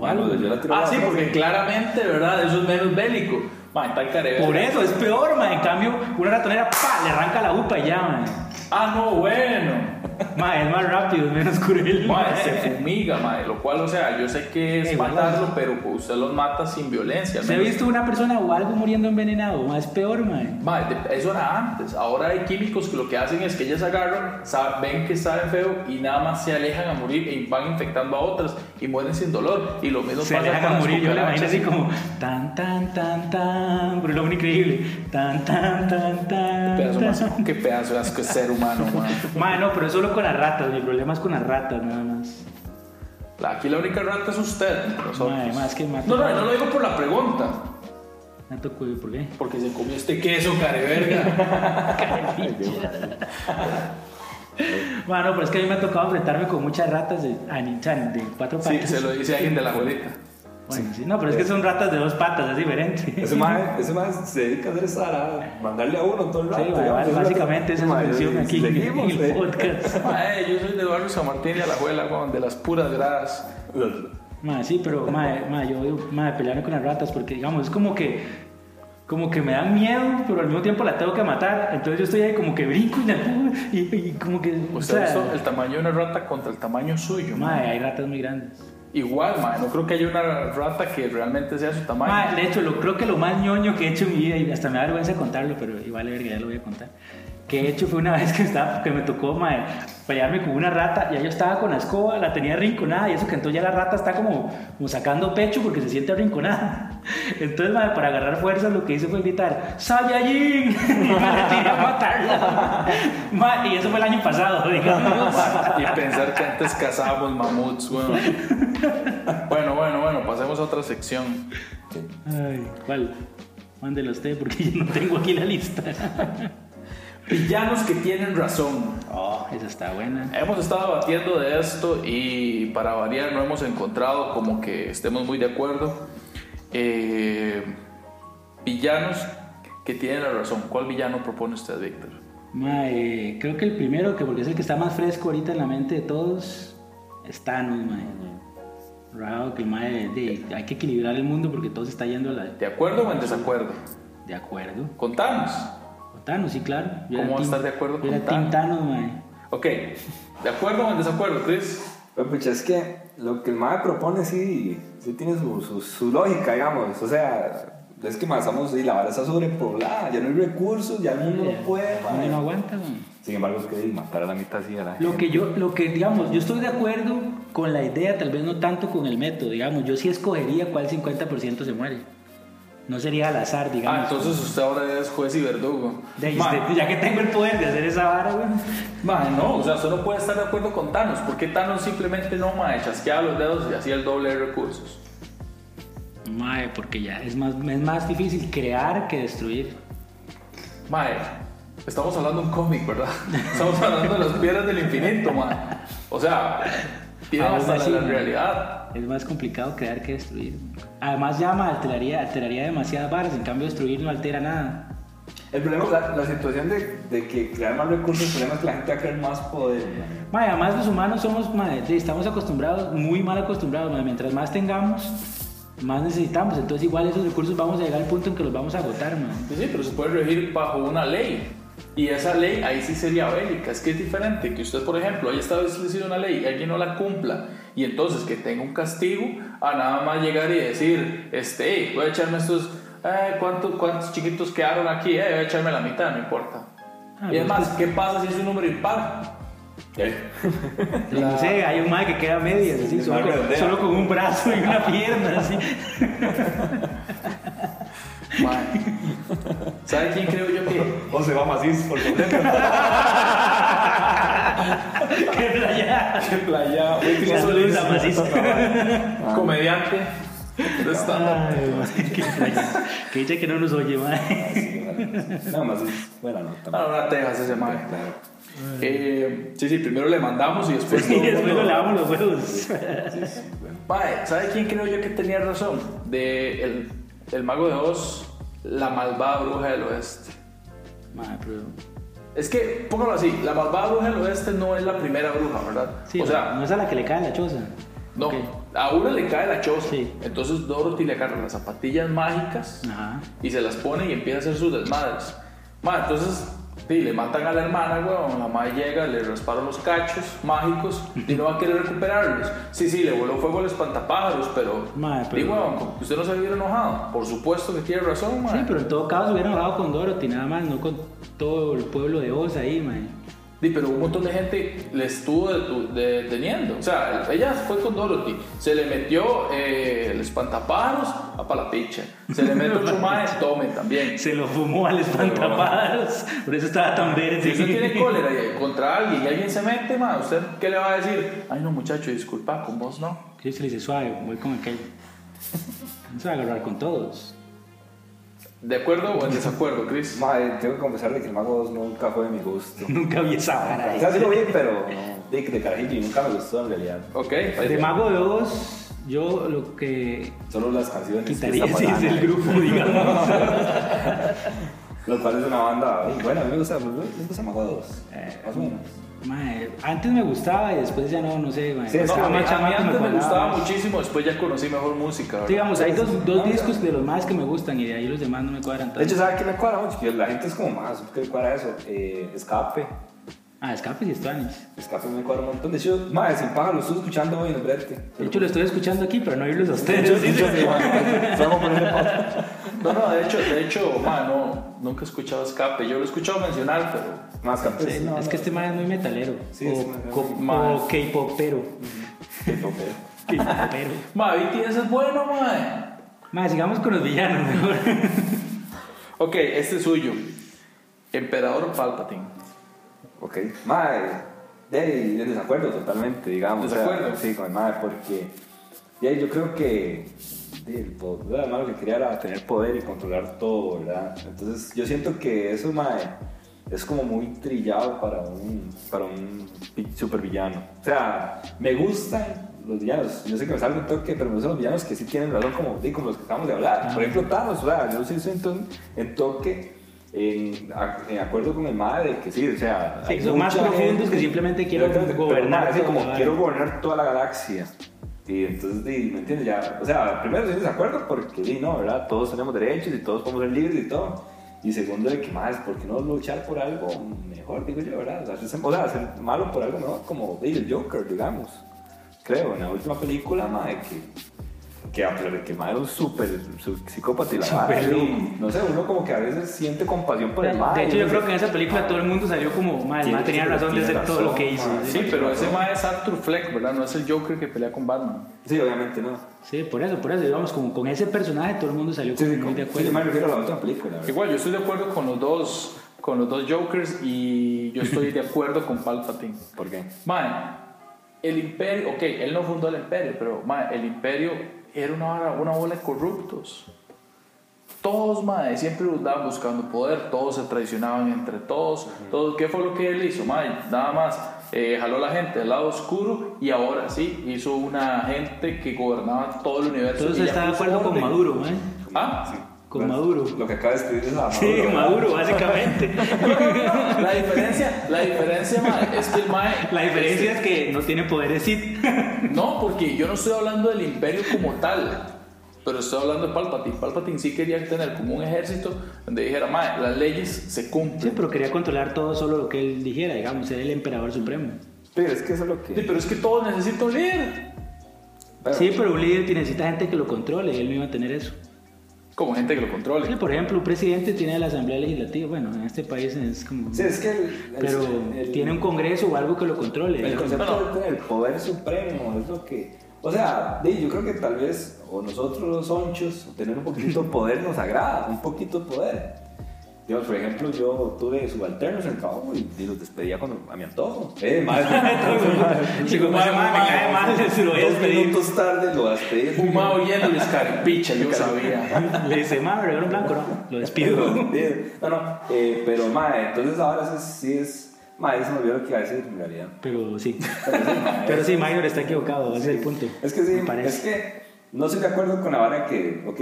[SPEAKER 3] o
[SPEAKER 2] Ah, no,
[SPEAKER 3] algo.
[SPEAKER 2] yo la tiro a
[SPEAKER 1] Ah,
[SPEAKER 2] la
[SPEAKER 1] sí,
[SPEAKER 2] basura.
[SPEAKER 1] porque claramente, ¿verdad? Eso es menos bélico. Man, tal care verga.
[SPEAKER 3] Por eso es peor, man. En cambio, una ratonera pa, le arranca la upa y ya, man.
[SPEAKER 1] Ah, no, bueno.
[SPEAKER 3] Man, es más rápido, es menos cruel.
[SPEAKER 1] Mae, se fumiga, mae, lo cual, o sea, yo sé que es
[SPEAKER 3] Eh, igual.
[SPEAKER 1] matarlo, pero usted los mata sin violencia. al
[SPEAKER 3] ¿Se ha
[SPEAKER 1] menos.
[SPEAKER 3] visto una persona o algo muriendo envenenado? Man, es peor, man.
[SPEAKER 1] Mae, de- eso era antes. Ahora hay químicos que lo que hacen es que ellas agarran, sa- ven que saben feo y nada más se alejan a morir y van infectando a otras y mueren sin dolor. Y lo mismo
[SPEAKER 3] Se
[SPEAKER 1] pasa
[SPEAKER 3] alejan
[SPEAKER 1] con
[SPEAKER 3] a
[SPEAKER 1] las
[SPEAKER 3] morir, yo la imagino
[SPEAKER 1] cucarachas.
[SPEAKER 3] así como tan, tan, tan, tan. Pero es lo increíble. Tan, tan, tan,
[SPEAKER 1] Qué pedazo,
[SPEAKER 3] tan.
[SPEAKER 1] más, qué pedazo de asco es ser humano, mae.
[SPEAKER 3] Man, no, pero es solo con las ratas. Mi problema es con las ratas, nada más.
[SPEAKER 1] La- Aquí la única rata es usted. nosotros.
[SPEAKER 3] Mae, mae, es que mato-
[SPEAKER 1] no, no, no lo digo por la pregunta.
[SPEAKER 3] Me tocó, ¿por qué?
[SPEAKER 1] Porque se comió este queso, careverga.
[SPEAKER 3] Bueno, pero es que a mí me ha tocado enfrentarme con muchas ratas de, ani- o sea, de cuatro
[SPEAKER 1] Sí,
[SPEAKER 3] patas.
[SPEAKER 1] se lo dice alguien de la abuelita.
[SPEAKER 3] Bueno, sí, No, pero es que son ratas de dos patas, es diferente.
[SPEAKER 2] Ese mae, ese mae se dedica a hacer esa vara, mandarle a uno todo el rato.
[SPEAKER 3] Sí,
[SPEAKER 2] digamos,
[SPEAKER 3] va-
[SPEAKER 2] ese
[SPEAKER 3] básicamente esa es su
[SPEAKER 2] mae,
[SPEAKER 3] función aquí
[SPEAKER 2] Seguimos,
[SPEAKER 3] en el
[SPEAKER 2] eh.
[SPEAKER 3] podcast.
[SPEAKER 1] Mae, yo soy de barrio San Martín y a la abuela, weón, de las puras gradas.
[SPEAKER 3] Ma, sí, pero ma, ma, yo odio ma, pelearme con las ratas porque, digamos, es como que, como que me da miedo, pero al mismo tiempo la tengo que matar. Entonces yo estoy ahí como que brinco y la empujo y, y como que. o
[SPEAKER 1] Usted
[SPEAKER 3] sea,
[SPEAKER 1] hizo el tamaño de una rata contra el tamaño suyo.
[SPEAKER 3] ma, hay ratas muy grandes.
[SPEAKER 1] Igual, mae, no creo que haya una rata que realmente sea su tamaño.
[SPEAKER 3] Ma, de hecho, lo, creo que lo más ñoño que he hecho en mi vida, y hasta me da vergüenza contarlo, pero igual verga, ya lo voy a contar. Que he hecho fue una vez que, estaba, que me tocó ma, pelearme con una rata, ya yo estaba con la escoba, la tenía rinconada, y eso que entonces ya la rata está como, como sacando pecho porque se siente rinconada. Entonces, ma, para agarrar fuerzas, lo que hice fue gritar: ¡Saiyajin! Y me retiré a matarla. Ma, y eso fue el año pasado, digamos.
[SPEAKER 1] Y pensar que antes cazábamos mamuts, weón. Bueno, bueno, bueno, pasemos a otra sección.
[SPEAKER 3] Ay, ¿Cuál? Mándelo usted porque yo no tengo aquí la lista.
[SPEAKER 1] Villanos que tienen razón.
[SPEAKER 3] Oh, esa está buena.
[SPEAKER 1] Hemos estado debatiendo de esto y para variar no hemos encontrado como que estemos muy de acuerdo. Eh, villanos que tienen la razón. ¿Cuál villano propone usted, Víctor?
[SPEAKER 3] Mae, eh, creo que el primero, que porque es el que está más fresco ahorita en la mente de todos, es Thanos, mae. Raro que el mae, de- hay que equilibrar el mundo porque todo se está yendo a la,
[SPEAKER 1] ¿De acuerdo o en desacuerdo?
[SPEAKER 3] de acuerdo.
[SPEAKER 1] Contanos.
[SPEAKER 3] O Thanos, sí, claro. Yo era
[SPEAKER 1] ¿Cómo va a
[SPEAKER 3] team-
[SPEAKER 1] estar de acuerdo
[SPEAKER 3] yo era
[SPEAKER 1] con
[SPEAKER 3] team Thanos, mae.
[SPEAKER 1] Ok. ¿De acuerdo o en desacuerdo, Chris? Ah,
[SPEAKER 2] Pero pucha, es que lo que el mae propone sí, sí tiene su, su, su lógica, digamos. O sea, es que mae, estamos y la vara está sobrepoblada, ya no hay recursos, ya el mundo no puede,
[SPEAKER 3] Uno
[SPEAKER 2] mae.
[SPEAKER 3] no aguanta, mae.
[SPEAKER 2] Sin embargo, es que matar a la mitad sí a la
[SPEAKER 3] Lo que yo, lo que digamos, yo estoy de acuerdo con la idea, tal vez no tanto con el método, digamos. Yo sí escogería cuál 50% se muere. No sería al azar, digamos.
[SPEAKER 1] Ah, entonces usted ahora es juez y verdugo.
[SPEAKER 3] De-
[SPEAKER 1] Ma,
[SPEAKER 3] de- pues, ya que tengo el poder de hacer esa vara, güey.
[SPEAKER 1] Ma, no, o sea, usted no puede estar de acuerdo con Thanos. ¿Por qué Thanos simplemente no, ma, chasqueaba los dedos y hacía el doble de recursos?
[SPEAKER 3] Mae, porque ya es más, es más difícil crear que destruir.
[SPEAKER 1] Mae, estamos hablando de un cómic, ¿verdad? Estamos hablando de las piedras del infinito, mae. O sea, piedras
[SPEAKER 3] Aún
[SPEAKER 1] hasta la,
[SPEAKER 3] así,
[SPEAKER 1] la
[SPEAKER 3] mae.
[SPEAKER 1] realidad.
[SPEAKER 3] Es más complicado crear que destruir. Además, ya mae, alteraría, alteraría demasiadas varas. En cambio, destruir no altera nada.
[SPEAKER 2] El problema, la, la situación de, de que crear más recursos, el problema es que la gente va a crear más poder. mae.
[SPEAKER 3] Mae, además, los humanos somos, mae, sí, estamos acostumbrados, muy mal acostumbrados. mae. Mientras más tengamos, más necesitamos. Entonces, igual esos recursos vamos a llegar al punto en que los vamos a agotar, mae.
[SPEAKER 1] Sí, sí, pero se puede regir bajo una ley. Y esa ley ahí sí sería bélica. Es que es diferente que usted, por ejemplo, haya establecido una ley y alguien no la cumpla. Y entonces que tenga un castigo a nada más llegar y decir, este, "Ey, voy a echarme estos, eh, ¿cuántos, ¿cuántos chiquitos quedaron aquí? Eh, voy a echarme la mitad, no importa.
[SPEAKER 3] Ah,
[SPEAKER 1] y
[SPEAKER 3] pero
[SPEAKER 1] es más, ¿qué pasa si es un número impar?
[SPEAKER 3] ¿Eh? No sé, hay un mae que queda a medias, así,
[SPEAKER 2] Sí,
[SPEAKER 3] solo,
[SPEAKER 2] mae,
[SPEAKER 3] con,
[SPEAKER 2] redondea.
[SPEAKER 3] solo con un brazo y una pierna, así.
[SPEAKER 1] Mae. ¿Sabe quién creo yo que?
[SPEAKER 2] O se va macizo por completo.
[SPEAKER 3] ¡Qué playa!
[SPEAKER 2] Qué playa, güey, que
[SPEAKER 3] La
[SPEAKER 2] no
[SPEAKER 3] luz, la
[SPEAKER 2] es-
[SPEAKER 3] maciza.
[SPEAKER 1] Ah. Comediante. de stand-up.
[SPEAKER 3] Ay, madre, qué playa. que dice que no nos oye, madre.
[SPEAKER 2] Sí, bueno, Nada más es buena nota.
[SPEAKER 1] Ah, una Texas ese mae.
[SPEAKER 2] Claro.
[SPEAKER 1] Eh, sí, sí, primero le mandamos y después. todo
[SPEAKER 3] Y
[SPEAKER 1] el
[SPEAKER 3] después
[SPEAKER 1] mundo-
[SPEAKER 3] nos lavamos los huevos.
[SPEAKER 1] Mae, ¿sabe quién creo yo que tenía razón? De el, el mago de Oz, la malvada bruja del oeste.
[SPEAKER 3] Madre, pero...
[SPEAKER 1] Es que, póngalo así, la malvada bruja del oeste no es la primera bruja, ¿verdad?
[SPEAKER 3] Sí,
[SPEAKER 1] o sea,
[SPEAKER 3] no es a la que le cae la choza.
[SPEAKER 1] no,
[SPEAKER 3] Ok.
[SPEAKER 1] a una le cae la choza.
[SPEAKER 3] Sí.
[SPEAKER 1] Entonces Dorothy le agarra las zapatillas mágicas
[SPEAKER 3] Ajá.
[SPEAKER 1] y se las pone y empieza a hacer sus desmadres. Mae, entonces, sí, le matan a la hermana, weón. La madre llega, le rasparon los cachos mágicos y no va a querer recuperarlos. Sí, sí, le voló fuego al espantapájaros, pero.
[SPEAKER 3] Mae, pero-
[SPEAKER 1] Y, weón, ¿con que usted no se hubiera enojado. Por supuesto que tiene razón, mae.
[SPEAKER 3] Sí, pero en todo caso se hubieran hablado con Dorothy, nada más, no con todo el pueblo de Oz ahí, madre.
[SPEAKER 1] Sí, pero un montón de gente le estuvo detu- de- deteniendo. O sea, ella fue con Dorothy. Se le metió eh, el espantapájaros a palapicha. Se le metió otro mae, tome también.
[SPEAKER 3] Se lo fumó al espantapadas. Por eso estaba tan verde.
[SPEAKER 1] Si usted tiene cólera y- contra alguien y alguien se mete, ma, ¿usted qué le va a decir? Ay, no, muchacho, disculpa, con vos no.
[SPEAKER 3] Sí, se le dice suave, voy con aquel. No se va a agarrar con todos.
[SPEAKER 1] ¿De acuerdo o en desacuerdo, Chris?
[SPEAKER 2] Mae, tengo que confesarle que el Mago 2 nunca fue de mi gusto.
[SPEAKER 3] Nunca vi esa vara.
[SPEAKER 2] O sea, sí lo vi, pero no, de, de carajillo y nunca me gustó en realidad.
[SPEAKER 1] Ok,
[SPEAKER 3] De Mago 2, yo lo que
[SPEAKER 2] Solo las canciones. que
[SPEAKER 3] quitaría
[SPEAKER 2] esa
[SPEAKER 3] si es
[SPEAKER 2] banana,
[SPEAKER 3] el grupo, digamos.
[SPEAKER 2] Lo cual es una banda. ay, Bueno, a mí me gusta, me gusta Mago 2.
[SPEAKER 3] Eh,
[SPEAKER 2] Más o menos.
[SPEAKER 3] Mae, antes me gustaba y después ya no, no sé, mae.
[SPEAKER 2] Sí, es
[SPEAKER 3] Cuando
[SPEAKER 1] No,
[SPEAKER 2] que
[SPEAKER 3] era
[SPEAKER 1] a mí, a mí
[SPEAKER 3] más chamaco
[SPEAKER 1] antes me
[SPEAKER 3] cuadraba
[SPEAKER 1] gustaba
[SPEAKER 3] más.
[SPEAKER 1] muchísimo, después ya conocí mejor música. ¿verdad?
[SPEAKER 3] Digamos, hay dos, dos discos de los más que me gustan y de ahí los demás no me cuadran tanto.
[SPEAKER 2] De hecho, ¿sabes qué me cuadra mucho? Que la gente es como más, ¿qué me cuadra eso? Eh, escape.
[SPEAKER 3] ah, Escapes y Estuanis.
[SPEAKER 2] Escape me cuadra un montón. De hecho, madre, sin paga, lo estuve escuchando hoy en el brete.
[SPEAKER 3] De hecho, lo estoy escuchando aquí, pero no oírlos a
[SPEAKER 2] De hecho,
[SPEAKER 3] ustedes.
[SPEAKER 2] sí, sí, sí, mae, se vamos a poner de pausa.
[SPEAKER 1] No, no, de hecho, de hecho, ma, no, nunca he escuchado Escape. Yo lo he escuchado mencionar, pero
[SPEAKER 2] Más escape.
[SPEAKER 3] Sí, es que este man es muy metalero.
[SPEAKER 2] Sí,
[SPEAKER 3] o
[SPEAKER 2] es un-
[SPEAKER 3] co-
[SPEAKER 1] Mae.
[SPEAKER 3] o K-popero.
[SPEAKER 2] Qué topeo.
[SPEAKER 3] K-popero.
[SPEAKER 1] ma, BTS es bueno, ma.
[SPEAKER 3] Más, sigamos con los villanos mejor.
[SPEAKER 1] Ok, este es suyo. Emperador Palpatine.
[SPEAKER 2] Ok. Madre, de, de desacuerdo totalmente, digamos. o sea,
[SPEAKER 1] Desacuerdo.
[SPEAKER 2] sí, con el madre, porque de ahí yo creo que de, el poder, además lo que quería era tener poder y controlar todo, ¿verdad? Entonces yo siento que eso, madre, es como muy trillado para un, para un pi- supervillano. O sea, me gustan los villanos. Yo sé que me salgo un toque, pero me gustan los villanos que sí tienen razón, como, de- como los que acabamos de hablar. Por ejemplo, Thanos, o sea, yo sí siento en, en toque. En, ac- en acuerdo con el madre, que sí, o sea,
[SPEAKER 3] Sí,
[SPEAKER 2] hay
[SPEAKER 3] son más
[SPEAKER 2] mucha
[SPEAKER 3] profundos que simplemente quiero
[SPEAKER 2] Exactamente, pero
[SPEAKER 3] gobernar
[SPEAKER 2] madre, así
[SPEAKER 3] toda la
[SPEAKER 2] como
[SPEAKER 3] vaina.
[SPEAKER 2] quiero gobernar toda la galaxia. Y entonces, di, ¿me entiendes? Ya, o sea, primero estoy en desacuerdo porque, di, no, ¿verdad? Todos tenemos derechos y todos podemos ser libres y todo. Y segundo, de que más, ¿por qué no luchar por algo mejor? Digo yo, ¿verdad? O sea, hacerse- o sea, ser malo por algo mejor, como di, el Joker, digamos. Creo, en la última película, madre, que, que a pesar de que madre es un súper su- psicópata y la vara,
[SPEAKER 3] Súper
[SPEAKER 2] di,
[SPEAKER 3] loco.
[SPEAKER 2] no sé, uno como que a veces siente compasión por el mal.
[SPEAKER 3] De hecho, yo creo que en esa película todo el mundo salió como, mal,
[SPEAKER 2] Tiene-
[SPEAKER 3] tenía razón de
[SPEAKER 2] tiene
[SPEAKER 3] hacer todo lo
[SPEAKER 2] razón,
[SPEAKER 3] que hizo.
[SPEAKER 2] mae.
[SPEAKER 1] Sí, pero ese ma es Arthur Fleck, ¿verdad? No es el Joker que pelea con Batman.
[SPEAKER 2] Sí, obviamente no.
[SPEAKER 3] Sí, por eso, por eso, digamos, como con ese personaje todo el mundo salió
[SPEAKER 2] Sí,
[SPEAKER 3] como
[SPEAKER 2] sí,
[SPEAKER 3] muy
[SPEAKER 2] como-
[SPEAKER 3] de
[SPEAKER 2] sí,
[SPEAKER 3] acuerdo.
[SPEAKER 2] yo me refiero a la última película. ¿verdad?
[SPEAKER 1] Igual, yo estoy de acuerdo con los dos, con los dos Jokers y yo estoy de acuerdo con Palpatine.
[SPEAKER 2] ¿Por qué?
[SPEAKER 1] Mae, el imperio, ok, él no fundó el imperio, pero mae, el imperio era una, vara- una bola de corruptos. Todos, mae, siempre andaban buscando poder, todos se traicionaban entre todos. todos ¿Qué fue lo que él hizo, mae? Nada más eh, jaló a la gente del lado oscuro y ahora sí hizo una gente que gobernaba todo el universo.
[SPEAKER 3] Entonces
[SPEAKER 1] y ya
[SPEAKER 3] está de
[SPEAKER 1] puso
[SPEAKER 3] acuerdo con
[SPEAKER 1] orden.
[SPEAKER 3] Maduro, mae.
[SPEAKER 1] Ah,
[SPEAKER 3] Con Maduro.
[SPEAKER 2] Pues, Lo que acaba de escribir es a
[SPEAKER 3] Sí, Maduro, básicamente.
[SPEAKER 1] la diferencia, la diferencia, mae, es que el mae.
[SPEAKER 3] La diferencia es que no tiene poderes Sith.
[SPEAKER 1] este, No, porque yo no estoy hablando del imperio como tal, pero estoy hablando de Palpatine. Palpatine sí quería tener como un ejército donde dijera, mae, las leyes se
[SPEAKER 3] Sí,
[SPEAKER 1] cumplen.
[SPEAKER 3] pero quería controlar todo solo lo que él dijera, digamos, ser el emperador supremo.
[SPEAKER 2] Pero es que eso es lo
[SPEAKER 1] Sí,
[SPEAKER 2] que.
[SPEAKER 1] pero es que todos necesitan un líder.
[SPEAKER 2] Pero-
[SPEAKER 3] Sí, pero un líder necesita gente que lo controle, él no iba a tener eso.
[SPEAKER 1] Como gente que lo
[SPEAKER 3] Sí,
[SPEAKER 1] controle.
[SPEAKER 3] por ejemplo, un presidente tiene la asamblea legislativa, bueno, en este país es como...
[SPEAKER 2] Sí, es que. el- el-
[SPEAKER 3] pero
[SPEAKER 2] el-
[SPEAKER 3] tiene un congreso o algo que lo controle.
[SPEAKER 2] El concepto
[SPEAKER 1] Bueno.
[SPEAKER 2] del poder supremo es lo que. O sea, de- yo creo que tal vez, o nosotros los onchos, tener un poquito de poder nos agrada, un poquito de poder. Digamos, por ejemplo, yo tuve subalternos en el trabajo y, y los despedía cuando, a mi antojo. Eh, madre.
[SPEAKER 3] Chico, madre, madre, me cae mal, se lo voy a
[SPEAKER 2] Dos
[SPEAKER 3] despedir.
[SPEAKER 2] minutos tarde lo despedí.
[SPEAKER 1] Un mae oyéndoles caripicha, yo sabía.
[SPEAKER 3] Le dice, madre, regalo en blanco, no, lo despido.
[SPEAKER 2] no, no, eh, pero mae, entonces ahora sí, sí es. Mae, se me olvidó lo que iba a decir en realidad.
[SPEAKER 3] pero sí.
[SPEAKER 2] Pero sí, mae,
[SPEAKER 3] Pero
[SPEAKER 2] es-
[SPEAKER 3] sí, Mayor está equivocado, ese es el punto.
[SPEAKER 2] Es que sí,
[SPEAKER 3] me parece.
[SPEAKER 2] es que no estoy de acuerdo con la vara que, ok,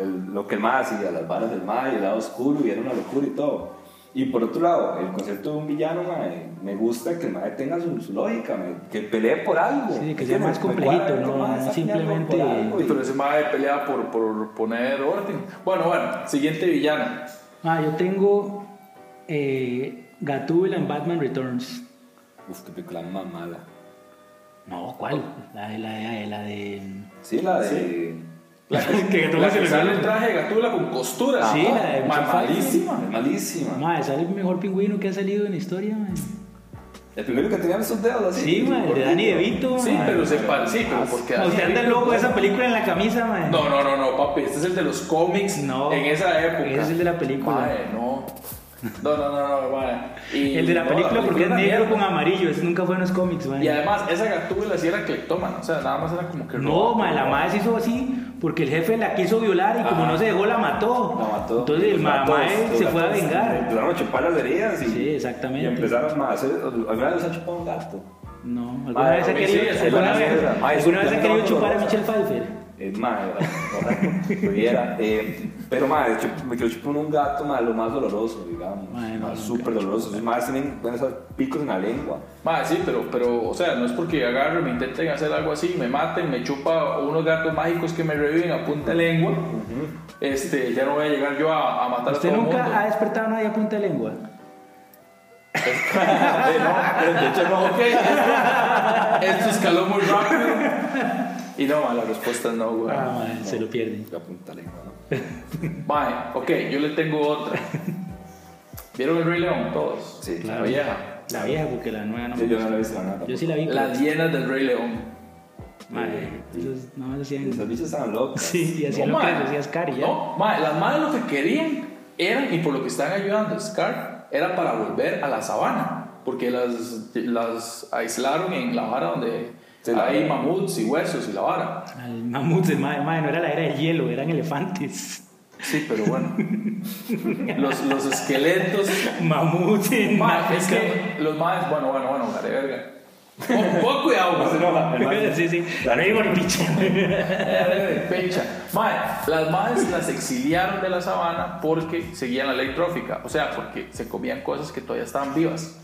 [SPEAKER 2] el- lo que el MAE hacía, las varas del MAE y el lado oscuro y era una locura y todo. Y por otro lado, el concepto de un villano, mae, me gusta que el MAE tenga su, su lógica, mae, que pelee por algo.
[SPEAKER 3] Sí, que sea
[SPEAKER 2] ¿Entiendes?
[SPEAKER 3] más
[SPEAKER 2] Me cuadra
[SPEAKER 3] complejito,
[SPEAKER 2] que el
[SPEAKER 3] no
[SPEAKER 2] mae está peleando
[SPEAKER 3] simplemente-
[SPEAKER 2] por algo y-
[SPEAKER 1] Pero ese mae pelea por, por poner orden. Bueno, bueno, siguiente villano.
[SPEAKER 3] Ah, yo tengo eh, Gatúbela en Batman Returns.
[SPEAKER 2] Uf, qué película más mala.
[SPEAKER 3] No, ¿cuál? La de, la de, la de...
[SPEAKER 2] Sí, la de.
[SPEAKER 3] que Gatúbela
[SPEAKER 1] La
[SPEAKER 3] se
[SPEAKER 1] que
[SPEAKER 3] le
[SPEAKER 1] sale
[SPEAKER 3] sale
[SPEAKER 1] el traje de gatula con costura.
[SPEAKER 3] Sí, la de
[SPEAKER 1] Mae,
[SPEAKER 3] Mucho
[SPEAKER 1] malísima.
[SPEAKER 2] Es malísima.
[SPEAKER 3] Madre, sale el mejor pingüino que ha salido en la historia, mae.
[SPEAKER 2] El primero que tenía sus dedos así.
[SPEAKER 3] Sí, mae, el de Danny DeVito,
[SPEAKER 1] Sí,
[SPEAKER 3] mae.
[SPEAKER 1] pero se parece. Sí, pero porque
[SPEAKER 3] Usted anda loco de esa película en la camisa, mae.
[SPEAKER 1] "Pues, No, no, no, no, papi, este es el de los cómics
[SPEAKER 3] No,
[SPEAKER 1] en esa época.
[SPEAKER 3] ese es el de la película.
[SPEAKER 1] Mae, no. No, no, no, no, mae. Y-
[SPEAKER 3] El de la
[SPEAKER 1] no,
[SPEAKER 3] película porque es
[SPEAKER 1] una
[SPEAKER 3] negro
[SPEAKER 1] mierda.
[SPEAKER 3] con amarillo, eso nunca fue en los cómics, mae.
[SPEAKER 1] Y además, esa gatúbela sí era cleptómana, o sea, nada más era como que.
[SPEAKER 3] No,
[SPEAKER 1] robaba.
[SPEAKER 3] mae, la madre se hizo así Porque el jefe la quiso violar y como
[SPEAKER 2] Ajá.
[SPEAKER 3] no se dejó, la mató.
[SPEAKER 2] La mató.
[SPEAKER 3] Entonces el
[SPEAKER 2] Los mató,
[SPEAKER 3] mamá
[SPEAKER 2] los
[SPEAKER 3] se fue a
[SPEAKER 2] mató,
[SPEAKER 3] vengar.
[SPEAKER 2] Empezaron a chupar las heridas y,
[SPEAKER 3] Sí,
[SPEAKER 2] y
[SPEAKER 3] exactamente.
[SPEAKER 2] empezaron a hacer. ¿Alguna vez les ha chupado un gato?
[SPEAKER 3] No, alguna
[SPEAKER 2] Madre,
[SPEAKER 3] vez ha
[SPEAKER 2] no,
[SPEAKER 3] querido,
[SPEAKER 2] sí, es
[SPEAKER 3] alguna
[SPEAKER 2] una
[SPEAKER 3] vez-
[SPEAKER 2] mierda. Madre,
[SPEAKER 3] alguna
[SPEAKER 2] es
[SPEAKER 3] vez ha
[SPEAKER 2] un
[SPEAKER 3] querido
[SPEAKER 2] plátano
[SPEAKER 3] chupar a
[SPEAKER 2] doloroso.
[SPEAKER 3] Michelle Pfeiffer.
[SPEAKER 2] Es madre, pudiera. eh, pero madre, me quiero chupar un gato, madre, lo más doloroso, digamos.
[SPEAKER 3] Madre, no,
[SPEAKER 2] Más
[SPEAKER 3] nunca.
[SPEAKER 2] súper doloroso. Esos madres tienen bueno, esos picos en la lengua.
[SPEAKER 1] Ma, sí, pero, pero, o sea, no es porque agarren, me intenten hacer algo así, me maten, me chupa unos gatos mágicos que me reviven a punta de lengua. Este, ya no voy a llegar yo a, a matar a
[SPEAKER 3] ¿Usted
[SPEAKER 1] todo
[SPEAKER 3] nunca
[SPEAKER 1] el
[SPEAKER 3] ha
[SPEAKER 1] mundo.
[SPEAKER 3] despertado a nadie a punta de lengua?
[SPEAKER 2] Eh, no, pero de hecho no.
[SPEAKER 1] Ok, esto- esto escaló muy rápido. Y no, ma, la respuesta es no, güey.
[SPEAKER 3] Ah, madre, se lo pierden.
[SPEAKER 2] La punta de la lengua, ¿no?
[SPEAKER 1] Ma, ok, yo le tengo otra. ¿Vieron el Rey León? Todos. Oh,
[SPEAKER 2] Sí,
[SPEAKER 1] La vieja.
[SPEAKER 3] La vieja, porque la nueva no me
[SPEAKER 2] Sí, yo no
[SPEAKER 3] gusta.
[SPEAKER 2] la he visto la nada.
[SPEAKER 3] Yo sí la vi. pero-
[SPEAKER 1] Las hienas del Rey León.
[SPEAKER 3] Madre, esos no hacían.
[SPEAKER 2] Esos bichos estaban locos.
[SPEAKER 3] Sí, y hacían
[SPEAKER 1] No,
[SPEAKER 3] lo que
[SPEAKER 1] ma.
[SPEAKER 3] decía Scar y ya.
[SPEAKER 1] No, ma, las madres lo que querían eran, y por lo que están ayudando a Scar, era para volver a la sabana, porque las, las aislaron en la vara donde
[SPEAKER 2] Sí, la
[SPEAKER 1] hay
[SPEAKER 2] vara.
[SPEAKER 1] mamuts y huesos y la vara.
[SPEAKER 3] Al mamut de madre, madre, no era la era del hielo, eran elefantes.
[SPEAKER 1] Sí, pero bueno. los, los esqueletos.
[SPEAKER 3] Mamut en
[SPEAKER 1] Ma, es
[SPEAKER 3] África.
[SPEAKER 1] que los madres, bueno, bueno, bueno, vale, verga. Eh, Pon, pon cuidado,
[SPEAKER 2] No se
[SPEAKER 1] ma.
[SPEAKER 2] enoja, ¿verdad?
[SPEAKER 3] Sí, sí. La ley por picha.
[SPEAKER 1] Pecha. Ma, eh, las madres las exiliaron de la sabana porque seguían la ley trófica, o sea, porque se comían cosas que todavía estaban vivas.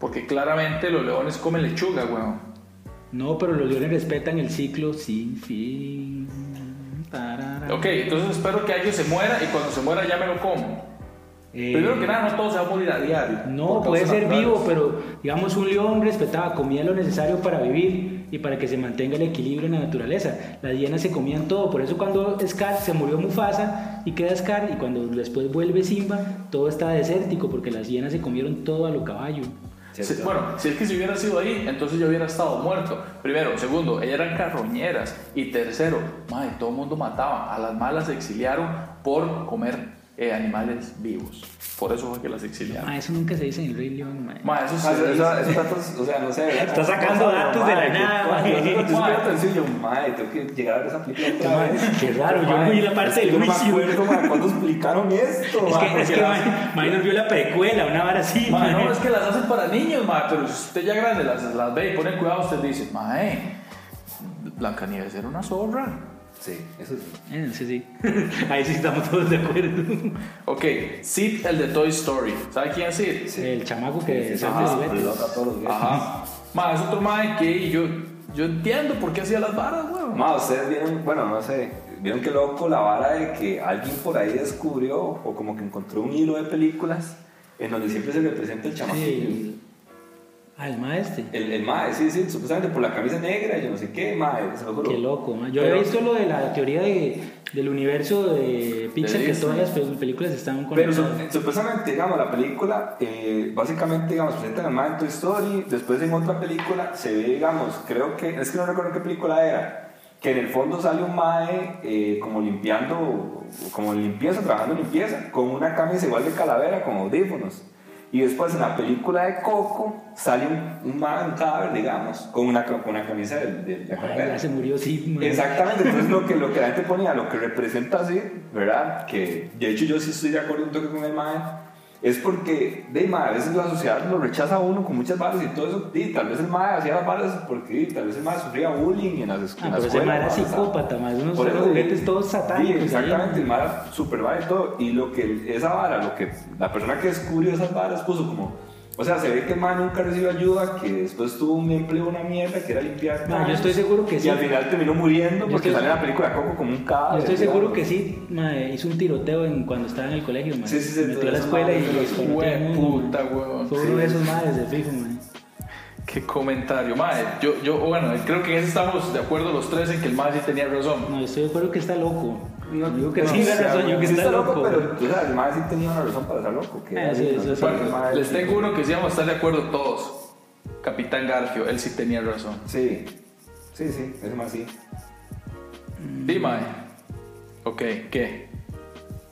[SPEAKER 1] Porque claramente los leones comen lechuga, weón.
[SPEAKER 3] No, pero los leones respetan el ciclo sin fin. Tarara.
[SPEAKER 1] Ok, entonces espero que alguien se muera y cuando se muera ya me lo como.
[SPEAKER 3] Eh,
[SPEAKER 1] Primero que nada, no todos se van a morir a diario. por
[SPEAKER 3] No, pues, puede
[SPEAKER 1] causas
[SPEAKER 3] ser
[SPEAKER 1] naturales.
[SPEAKER 3] vivo, pero digamos un león respetaba, comía lo necesario para vivir y para que se mantenga el equilibrio en la naturaleza. Las hienas se comían todo, por eso cuando Scar se murió Mufasa y queda Scar y cuando después vuelve Simba, todo está desértico porque las hienas se comieron todo a lo caballo.
[SPEAKER 1] Sí,
[SPEAKER 2] Sí,
[SPEAKER 1] bueno, si es que si hubiera sido ahí, entonces yo hubiera estado muerto. Primero, segundo, ellas eran carroñeras. Y tercero, madre, todo el mundo mataba. A las malas se exiliaron por comer eh, animales vivos. Por eso fue que las exiliaron.
[SPEAKER 3] Ah, eso nunca se dice en el Rey León, mae.
[SPEAKER 1] Madre, eso
[SPEAKER 2] Ah,
[SPEAKER 1] sí.
[SPEAKER 2] eso- eso- esos datos, o sea, no sé. ¿verdad?
[SPEAKER 3] Está sacando
[SPEAKER 2] Madre,
[SPEAKER 3] datos de la
[SPEAKER 2] madre,
[SPEAKER 3] nada,
[SPEAKER 2] qué-
[SPEAKER 3] madre.
[SPEAKER 2] Yo no- yo siempre lo pensé, yo, madre, tengo que llegar a ver esa película otra
[SPEAKER 3] Madre,
[SPEAKER 2] vez.
[SPEAKER 3] qué raro, yo
[SPEAKER 2] Madre,
[SPEAKER 3] vi la parte
[SPEAKER 2] es
[SPEAKER 3] del
[SPEAKER 2] que no me
[SPEAKER 3] juicio.
[SPEAKER 2] acuerdo, madre, cuándo explicaron esto,
[SPEAKER 3] Es
[SPEAKER 2] madre,
[SPEAKER 3] que, es
[SPEAKER 2] porque
[SPEAKER 3] que
[SPEAKER 2] la-
[SPEAKER 3] mae, mae nos vio la precuela, una vara así.
[SPEAKER 1] Madre,
[SPEAKER 3] mae.
[SPEAKER 1] no, es que las hacen para niños, madre. Pero si usted ya grande las, las ve y pone cuidado, usted dice, madre, Blancanieves era una zorra.
[SPEAKER 2] Sí, eso sí.
[SPEAKER 3] Eh, sí, sí. Ahí sí estamos todos de acuerdo.
[SPEAKER 1] Ok, Sid, el de Toy Story. ¿Sabe quién es Sid?
[SPEAKER 2] Sí.
[SPEAKER 3] El chamaco que se
[SPEAKER 2] Ah,
[SPEAKER 3] hace juguete.
[SPEAKER 2] pelota todos los días.
[SPEAKER 1] Ajá. Madre, es otro madre que yo, yo entiendo por qué hacía las varas, weón.
[SPEAKER 2] Ma, ustedes vieron, bueno, no sé, vieron que loco la vara de que alguien por ahí descubrió o como que encontró un hilo de películas en donde siempre se representa el chamaquillo.
[SPEAKER 3] Sí. Al maestro.
[SPEAKER 2] El, el mae, sí, sí, supuestamente por la camisa negra y yo no sé qué, mae, se lo juro.
[SPEAKER 3] Qué loco, man. Yo
[SPEAKER 2] Pero-
[SPEAKER 3] he visto lo de la teoría de, del universo de Pixar, que
[SPEAKER 1] Disney.
[SPEAKER 3] todas las pel- películas están
[SPEAKER 2] Pero
[SPEAKER 3] conectadas.
[SPEAKER 2] sup- supuestamente, digamos, la película, eh, básicamente, digamos, presentan al mae en Toy Story, después en otra película se ve, digamos, creo que, es que no recuerdo qué película era, que en el fondo sale un mae eh, como limpiando, como en limpieza, trabajando en limpieza, con una camisa igual de calavera, con audífonos. Y después en la película de Coco sale un, un mae, un cadáver, digamos, con una, ca- con una camisa de, de la
[SPEAKER 3] Ay,
[SPEAKER 2] calavera.
[SPEAKER 3] ya se murió Sidman.
[SPEAKER 2] Exactamente, entonces lo que, lo que la gente ponía, lo que representa así, ¿verdad? Que de hecho yo sí estoy de acuerdo un toque con el MAE, es porque, de mae, a veces la sociedad lo rechaza a uno con muchas balas y todo eso, y tal vez el MAE hacía las balas porque di, tal vez el MAE sufría bullying en las, escuelas.
[SPEAKER 3] Ah, pero ese mae era psicópata, mae, unos juguetes todos satánicos
[SPEAKER 2] Sí,
[SPEAKER 3] ahí.
[SPEAKER 2] exactamente, el MAE era super mal y todo, y lo que esa vara, lo que la persona que descubrió esas varas puso como... O sea, se ve que el MAE nunca recibió ayuda, que después tuvo un empleo, una mierda, que era limpiar.
[SPEAKER 3] Mae, Ah, yo
[SPEAKER 2] baños.
[SPEAKER 3] estoy seguro que
[SPEAKER 2] Y
[SPEAKER 3] sí.
[SPEAKER 2] al final terminó muriendo
[SPEAKER 3] Yo
[SPEAKER 2] porque
[SPEAKER 3] estoy-
[SPEAKER 2] sale en la película Coco como un
[SPEAKER 3] Yo
[SPEAKER 2] cadáver.
[SPEAKER 3] estoy seguro que
[SPEAKER 2] digamos.
[SPEAKER 3] sí, mae, hizo un tiroteo en, cuando estaba en el colegio, mae.
[SPEAKER 2] Sí, sí, sí,
[SPEAKER 3] Se metió a la
[SPEAKER 2] entonces,
[SPEAKER 3] escuela y
[SPEAKER 2] mae,
[SPEAKER 3] lo
[SPEAKER 2] los
[SPEAKER 3] disparó a todo el mundo, mae.
[SPEAKER 1] Puta, weón.
[SPEAKER 3] Fue uno de esos madres de fijo, mae.
[SPEAKER 1] Qué comentario, madre. Yo, yo, bueno, creo que en eso estamos de acuerdo los tres en que el madre sí tenía razón.
[SPEAKER 3] No, yo estoy de acuerdo que está loco. yo digo que
[SPEAKER 2] no,
[SPEAKER 3] sí,
[SPEAKER 2] o
[SPEAKER 3] la
[SPEAKER 2] sea,
[SPEAKER 3] razón, yo que
[SPEAKER 2] sí
[SPEAKER 3] está, loco.
[SPEAKER 2] pero tú sabes, el mae sí tenía una razón para estar loco. Que
[SPEAKER 3] Ah,
[SPEAKER 2] era
[SPEAKER 3] sí,
[SPEAKER 2] así,
[SPEAKER 3] eso
[SPEAKER 2] ¿no?
[SPEAKER 3] sí.
[SPEAKER 2] Porque el mae-
[SPEAKER 1] Les tengo uno que sí vamos a estar de acuerdo todos. Capitán Garfio, él sí tenía razón.
[SPEAKER 2] Sí, sí, sí, es más sí.
[SPEAKER 3] Mm.
[SPEAKER 1] Sí, madre. Ok, ¿qué?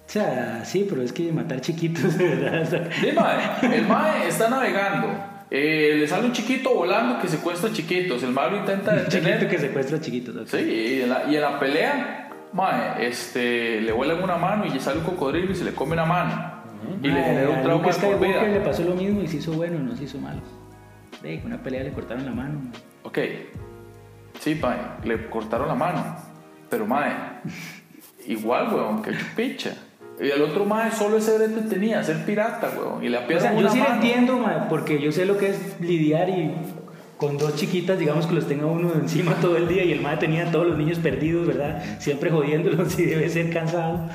[SPEAKER 3] O sea, sí, pero es que matar chiquitos, de verdad. o sea,
[SPEAKER 1] Sí, madre. El mae está navegando. Eh, le sale un chiquito volando que secuestra chiquitos. El mae lo intenta
[SPEAKER 3] chiquito
[SPEAKER 1] detener.
[SPEAKER 3] que secuestra chiquitos. ok.
[SPEAKER 1] Sí, y en la, y en la pelea mae, este, le vuelan una mano y le sale un cocodrilo y se le come la mano. Y le
[SPEAKER 3] Mae,
[SPEAKER 1] genera
[SPEAKER 3] a
[SPEAKER 1] un trauma
[SPEAKER 3] Luke
[SPEAKER 1] de por
[SPEAKER 3] Skywalker le
[SPEAKER 1] vida.
[SPEAKER 3] pasó lo mismo y se hizo bueno, no se hizo malo. Ve, con una pelea le cortaron la mano. mae.
[SPEAKER 1] Ok. Sí, mae, le cortaron la mano. Pero mae, igual, weón, que picha. Y el otro mae solo ese derecho tenía, ser pirata, weón. Y le
[SPEAKER 3] O sea,
[SPEAKER 1] aprietan
[SPEAKER 3] yo
[SPEAKER 1] una
[SPEAKER 3] sí lo
[SPEAKER 1] mano.
[SPEAKER 3] entiendo, mae, porque yo sé lo que es lidiar y con dos chiquitas, digamos que los tenga uno encima todo el día y el madre tenía a todos los niños perdidos, ¿verdad? Siempre jodiéndolos y debe ser cansado.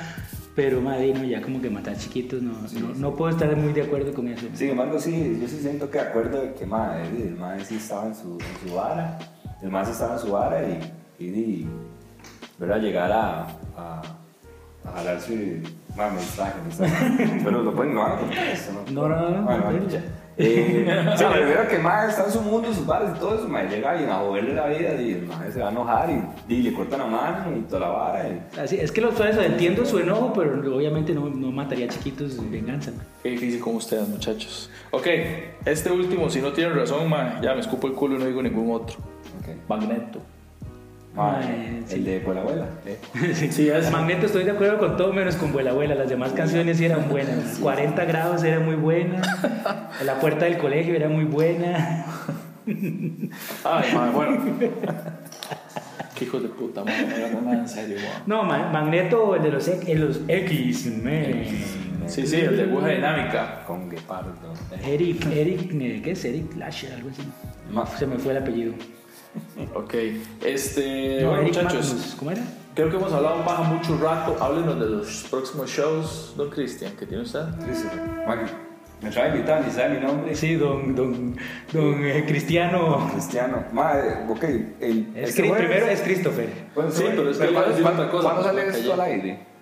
[SPEAKER 3] Pero madre, no, ya como que matar chiquitos, no, no, no puedo estar muy de acuerdo con eso.
[SPEAKER 2] Sin embargo, sí, yo sí siento que de acuerdo de que mae, el mae sí estaba en su, en su vara, el mae sí estaba en su vara y, y, y, ¿verdad? llegar a, a, a jalar su mae, mensaje, mensaje. Pero lo pueden no,
[SPEAKER 3] No, no, no, no,
[SPEAKER 2] Bueno,
[SPEAKER 3] no.
[SPEAKER 2] ya. Eh, sí, pero vieron que mae está en su mundo, en sus bares y todo eso, mae llega alguien a joderle la vida y el mae se va a enojar y, y le cortan la mano y toda la vara. y-
[SPEAKER 3] Así, es que los eso, entiendo su enojo, pero obviamente no, no mataría chiquitos en venganza. mae.
[SPEAKER 1] Qué difícil con ustedes, muchachos. Ok, este último, si no tienen razón, mae, ya me escupo el culo y no digo ningún otro.
[SPEAKER 2] Ok.
[SPEAKER 1] Magneto.
[SPEAKER 2] Mae,
[SPEAKER 3] Mae, sí.
[SPEAKER 2] el de con la abuela. eh,
[SPEAKER 3] Sí,
[SPEAKER 1] Sí, es-
[SPEAKER 3] Magneto estoy de acuerdo con todo menos con Vuela Abuela. Las demás canciones sí eran buenas. 40 grados era muy buena. La puerta del colegio era muy buena.
[SPEAKER 1] Ay, mae, bueno. Qué hijos de puta, mae. No hagan nada en serio, weón.
[SPEAKER 3] No, Ma- Magneto, el de los, X- el de los X-Men.
[SPEAKER 1] Sí, sí, el de aguja dinámica.
[SPEAKER 2] Con Guepardo.
[SPEAKER 3] Eric, Eric, eh, ¿qué es Eric Lasher? Algo así.
[SPEAKER 2] Ma-
[SPEAKER 3] Se me fue el apellido.
[SPEAKER 1] Ok, este.
[SPEAKER 3] No,
[SPEAKER 1] bueno,
[SPEAKER 3] Eric
[SPEAKER 1] muchachos,
[SPEAKER 3] Magnus, ¿Cómo era?
[SPEAKER 1] creo que hemos hablado baja mucho rato. Háblenos de los próximos shows, don Cristian, ¿qué tiene usted?
[SPEAKER 2] Dice, Maggie, me trae a invitar, ni sabe mi nombre.
[SPEAKER 3] Sí, don, don, don eh, Cristiano.
[SPEAKER 2] Cristiano. Madre, ok. El,
[SPEAKER 3] Es
[SPEAKER 2] este
[SPEAKER 3] Cri-
[SPEAKER 2] jueves-
[SPEAKER 3] primero es Christopher.
[SPEAKER 2] Bueno,
[SPEAKER 1] Sí, pero es que iba a
[SPEAKER 2] ¿cuándo,
[SPEAKER 1] decir
[SPEAKER 2] cuándo-
[SPEAKER 1] otra cosa,
[SPEAKER 2] ¿cuándo sale
[SPEAKER 1] porque
[SPEAKER 2] esto al
[SPEAKER 1] ya-
[SPEAKER 2] aire?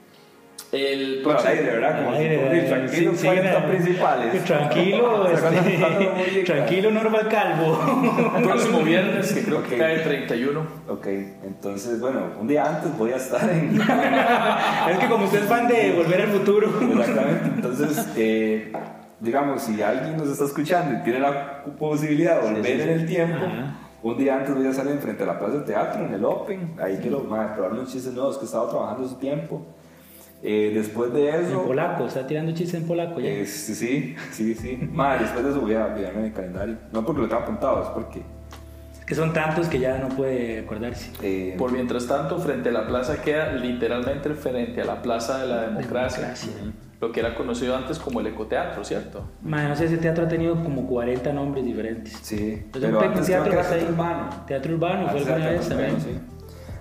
[SPEAKER 1] El
[SPEAKER 2] Bueno, al
[SPEAKER 1] próximo.
[SPEAKER 2] aire, ¿verdad? Como
[SPEAKER 3] Al aire,
[SPEAKER 2] si- cioè,
[SPEAKER 3] al aire,
[SPEAKER 2] tranquilo,
[SPEAKER 3] sí,
[SPEAKER 2] cuentas
[SPEAKER 3] sí,
[SPEAKER 2] principales.
[SPEAKER 3] Tranquilo,
[SPEAKER 2] O sea, ¿cuándo-
[SPEAKER 3] este,
[SPEAKER 2] cuándo vamos a llegar?
[SPEAKER 3] tranquilo, Normal Calvo.
[SPEAKER 1] próximo viernes, que creo que
[SPEAKER 2] Ok.
[SPEAKER 1] cae 31.
[SPEAKER 2] Ok, entonces, bueno, un día antes voy a estar en.
[SPEAKER 3] Es que como usted es fan de Volver al Futuro.
[SPEAKER 2] Exactamente. Entonces, eh, digamos, si alguien nos está escuchando y tiene la posibilidad de volver en el tiempo,
[SPEAKER 3] Ajá.
[SPEAKER 2] un día antes voy a salir enfrente a la Plaza de Teatro, en el Open. Ahí quiero ma, probar unos chistes nuevos que he estado trabajando su tiempo. Eh, después de
[SPEAKER 3] En
[SPEAKER 2] eso.
[SPEAKER 3] polaco, está tirando chistes en polaco ya.
[SPEAKER 2] eh, sí, sí, sí, sí. Ma, después de eso voy a olvidarme del calendario. No porque lo tenga apuntado, es porque.
[SPEAKER 3] Que son tantos que ya no puede acordarse.
[SPEAKER 2] eh,
[SPEAKER 1] Por mientras tanto, frente a la plaza queda literalmente frente a la plaza de la democracia, lo que era conocido antes como el ecoteatro, ¿cierto?
[SPEAKER 3] Madre, no sé, ese teatro ha tenido como 40 nombres diferentes.
[SPEAKER 2] Sí,
[SPEAKER 3] Yo
[SPEAKER 2] pero
[SPEAKER 3] tengo
[SPEAKER 2] antes
[SPEAKER 3] un
[SPEAKER 2] creo
[SPEAKER 3] teatro
[SPEAKER 2] que
[SPEAKER 3] que
[SPEAKER 2] era
[SPEAKER 3] está ahí.
[SPEAKER 2] Teatro Urbano. Ah,
[SPEAKER 3] Teatro Urbano, Ah, fue alguna vez también.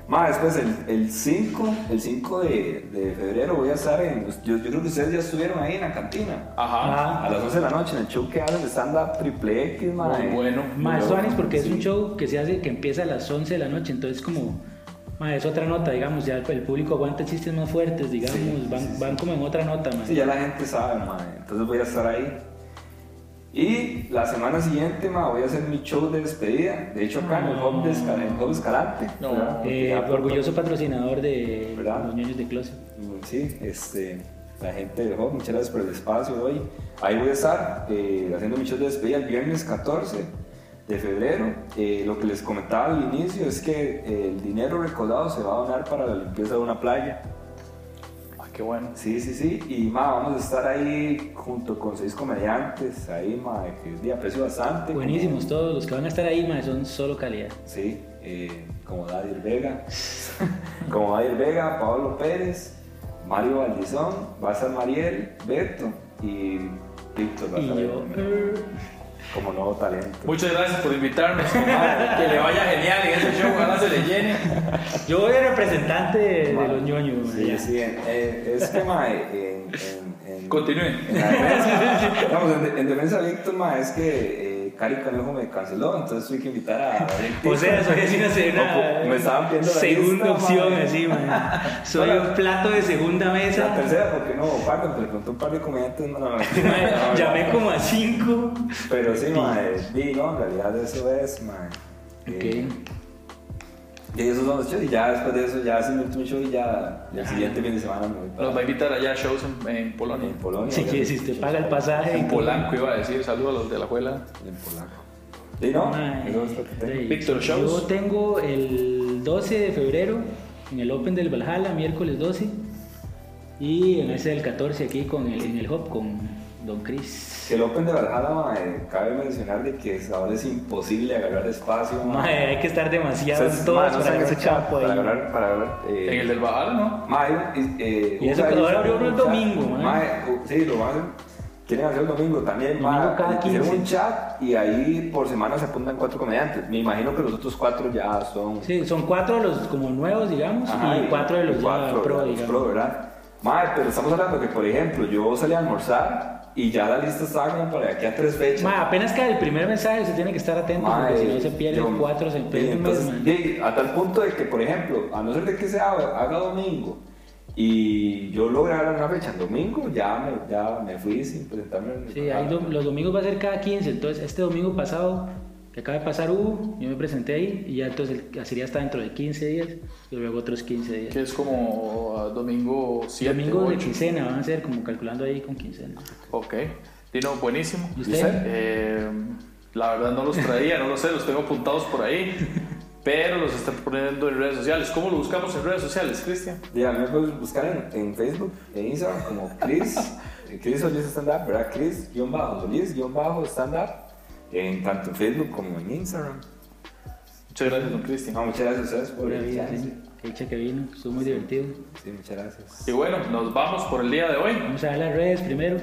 [SPEAKER 2] Más después el- el 5, el 5 de, de febrero voy a estar en. pues, Yo, yo creo que ustedes ya estuvieron ahí en la cantina.
[SPEAKER 1] Ajá.
[SPEAKER 3] Ajá.
[SPEAKER 2] A las 11 de la noche en el show que hacen de stand-up triple X, eh. madre.
[SPEAKER 1] Muy bueno.
[SPEAKER 3] Más
[SPEAKER 2] Yo-
[SPEAKER 3] Suárez porque es
[SPEAKER 2] sí.
[SPEAKER 3] un show que se hace que empieza a las 11 de la noche, entonces como ma, es otra nota, digamos, ya el público aguanta chistes más fuertes, digamos,
[SPEAKER 2] Sí,
[SPEAKER 3] van,
[SPEAKER 2] sí, sí.
[SPEAKER 3] van como en otra nota, ma.
[SPEAKER 2] Sí, ya la gente sabe, madre. Entonces voy a estar ahí. Y la semana siguiente, ma, voy a hacer mi show de despedida. De hecho, acá en el Hub de Escal- en el Hub Escalante.
[SPEAKER 1] No.
[SPEAKER 2] ¿verdad? Porque
[SPEAKER 3] Eh,
[SPEAKER 2] ya pronto-
[SPEAKER 3] orgulloso patrocinador de
[SPEAKER 2] ¿Verdad?
[SPEAKER 3] los niños de Closet.
[SPEAKER 2] Sí, este, la gente del Hub, muchas gracias por el espacio hoy. Ahí voy a estar eh, haciendo mi show de despedida el viernes 14 de febrero. Eh, lo que les comentaba al inicio es que eh, el dinero recaudado se va a donar para la limpieza de una playa.
[SPEAKER 1] Ah, qué bueno.
[SPEAKER 2] Sí, sí, sí. Y ma, vamos a estar ahí junto con seis comediantes. Ahí, ma, que sí, aprecio bastante.
[SPEAKER 3] Buenísimos
[SPEAKER 2] Como-
[SPEAKER 3] todos, los que van a estar ahí, ma, son solo calidad.
[SPEAKER 2] Sí, eh, como Dadir Vega, como Dadir Vega, Pablo Pérez, Mario Valdizón, va a estar Mariel, Beto y Víctor va a
[SPEAKER 3] Y
[SPEAKER 2] estar
[SPEAKER 3] yo,
[SPEAKER 2] ahí
[SPEAKER 3] eh,
[SPEAKER 2] como nuevo talento.
[SPEAKER 1] Muchas gracias por invitarnos. comadre. que le vaya genial en ese show, ojalá se le llene.
[SPEAKER 3] yo voy de representante de, de los ñoños. ma,
[SPEAKER 2] Sí,
[SPEAKER 3] ya.
[SPEAKER 2] sí, eh, es que mae, en- en- en-
[SPEAKER 1] Continúe.
[SPEAKER 2] en la defensa- vamos, en, en defensa de Víctor, mae, es que eh, Cari Conejo me canceló, entonces tuve que invitar a Víctor.
[SPEAKER 3] O sea, soy así una,
[SPEAKER 2] Ojo, me estaban viendo la
[SPEAKER 3] segunda
[SPEAKER 2] lista,
[SPEAKER 3] opción,
[SPEAKER 2] madre.
[SPEAKER 3] así, man. Soy
[SPEAKER 2] Hola.
[SPEAKER 3] un plato de segunda
[SPEAKER 2] La
[SPEAKER 3] mesa.
[SPEAKER 2] tercera, porque no, Paco, le contó un par de comediantes. no, no,
[SPEAKER 3] Ma,
[SPEAKER 2] no,
[SPEAKER 3] Llamé
[SPEAKER 2] no.
[SPEAKER 3] como a cinco.
[SPEAKER 2] Pero sí, mae, di, no, en realidad eso es, mae. Eh, Y esos son los shows, y ya después de eso, ya es el último show, y ya el siguiente fin de semana me voy
[SPEAKER 1] Nos va a
[SPEAKER 2] para
[SPEAKER 1] invitar allá a shows en, en Polonia.
[SPEAKER 2] en Polonia.
[SPEAKER 3] Si
[SPEAKER 2] ya.
[SPEAKER 3] quieres, si usted paga el pasaje.
[SPEAKER 1] En Polanco iba a decir, saludos a los de la escuela.
[SPEAKER 2] En polaco. Y no,
[SPEAKER 3] Ma,
[SPEAKER 2] eso es lo que tengo.
[SPEAKER 3] eh,
[SPEAKER 1] Víctor,
[SPEAKER 3] Yo
[SPEAKER 1] shows.
[SPEAKER 3] tengo el 12 de febrero en el Open del Valhalla, miércoles 12. Y en ese del 14 aquí con el, en el Hop con Don Chris.
[SPEAKER 2] El Open de Valhalla, mae, cabe mencionar de que ahora es imposible agarrar espacio.
[SPEAKER 3] Mae, hay que estar
[SPEAKER 2] O
[SPEAKER 3] demasiado
[SPEAKER 2] sea,
[SPEAKER 3] en
[SPEAKER 2] es- mae,
[SPEAKER 3] todas
[SPEAKER 2] no
[SPEAKER 3] para
[SPEAKER 2] saben
[SPEAKER 3] agarrar
[SPEAKER 2] ese
[SPEAKER 3] campo
[SPEAKER 2] Para
[SPEAKER 3] ahí.
[SPEAKER 2] agarrar, para agarrar. eh,
[SPEAKER 1] En el del Bajal, ¿no?
[SPEAKER 2] Mae, es- eh,
[SPEAKER 3] Y eso
[SPEAKER 2] un
[SPEAKER 3] que
[SPEAKER 2] gallo
[SPEAKER 3] ahora
[SPEAKER 2] sabe
[SPEAKER 3] abrió el
[SPEAKER 2] un
[SPEAKER 3] domingo,
[SPEAKER 2] chat.
[SPEAKER 3] mae.
[SPEAKER 2] uh, sí, lo van a hacer. Quieren hacer el domingo también,
[SPEAKER 3] Domingo
[SPEAKER 2] mae.
[SPEAKER 3] cada
[SPEAKER 2] Hicieron
[SPEAKER 3] 15.
[SPEAKER 2] un chat y ahí por semana se apuntan cuatro comediantes. Me imagino que los otros cuatro ya son.
[SPEAKER 3] Sí, son cuatro de los como nuevos, digamos,
[SPEAKER 2] Ajá,
[SPEAKER 3] y cuatro de los ya
[SPEAKER 2] cuatro,
[SPEAKER 3] pro,
[SPEAKER 2] los
[SPEAKER 3] digamos.
[SPEAKER 2] pro, ¿verdad? Mae, pero estamos hablando que, por ejemplo, yo salí a almorzar y ya la lista estaba como para de aquí a tres fechas.
[SPEAKER 3] Ma, apenas cae el primer mensaje, se tiene que estar atento
[SPEAKER 2] Mae,
[SPEAKER 3] porque si no se pierde
[SPEAKER 2] yo-
[SPEAKER 3] cuatro es el
[SPEAKER 2] y
[SPEAKER 3] primer mes.
[SPEAKER 2] entonces,
[SPEAKER 3] man.
[SPEAKER 2] y a tal punto de que, por ejemplo, a no ser de que se haga, haga domingo y yo logre agarrar una fecha en domingo, ya me, ya me fui sin presentarme. en el
[SPEAKER 3] Sí,
[SPEAKER 2] programa.
[SPEAKER 3] ahí do- los domingos va a ser cada 15, entonces este domingo pasado, que acaba de pasar hubo, yo me presenté ahí y ya entonces el- sería hasta dentro de 15 días y luego otros 15 días.
[SPEAKER 1] Que es como ah, domingo 7,
[SPEAKER 3] Domingos de
[SPEAKER 1] 8.
[SPEAKER 3] quincena van a ser como calculando ahí con quincena.
[SPEAKER 1] Ok. Dino, buenísimo.
[SPEAKER 3] ¿Y usted?
[SPEAKER 1] Eh, la verdad no los traía, no lo sé, los tengo apuntados por ahí. Pero los están poniendo en redes sociales. ¿Cómo lo buscamos en redes sociales, Cristian?
[SPEAKER 2] Y a mí me puedes buscar en, en Facebook e Instagram como Chris, eh, Chris Solís Stand Up, ¿verdad? Chris, guión bajo, Solís, guión bajo, Stand Up, en tanto en Facebook como en Instagram.
[SPEAKER 1] Muchas gracias, don Cristian.
[SPEAKER 2] No, muchas gracias a ustedes por el
[SPEAKER 3] Sí, sí, Qué dicha que vino, estuvo muy divertido.
[SPEAKER 2] Sí, muchas gracias.
[SPEAKER 1] Y bueno, nos vamos por el día de hoy.
[SPEAKER 3] Vamos a ver las redes primero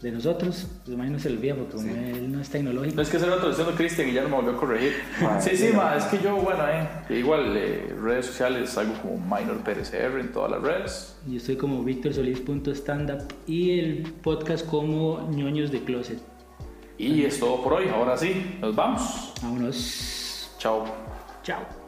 [SPEAKER 3] de nosotros, pues May no se olvida porque como él no es tecnológico.
[SPEAKER 1] No es que hacer la traducción de Cristian y ya no me volvió a corregir.
[SPEAKER 2] Madre
[SPEAKER 1] sí, sí,
[SPEAKER 2] mía.
[SPEAKER 1] ma, es que yo, bueno, eh, igual eh, redes sociales, algo como Minor PRCR en todas las redes.
[SPEAKER 3] Yo estoy como victorsolis.standup y el podcast como ñoños de closet.
[SPEAKER 1] Y es todo por hoy. Ahora sí, nos vamos.
[SPEAKER 3] Vámonos.
[SPEAKER 1] Chao.
[SPEAKER 3] Chao.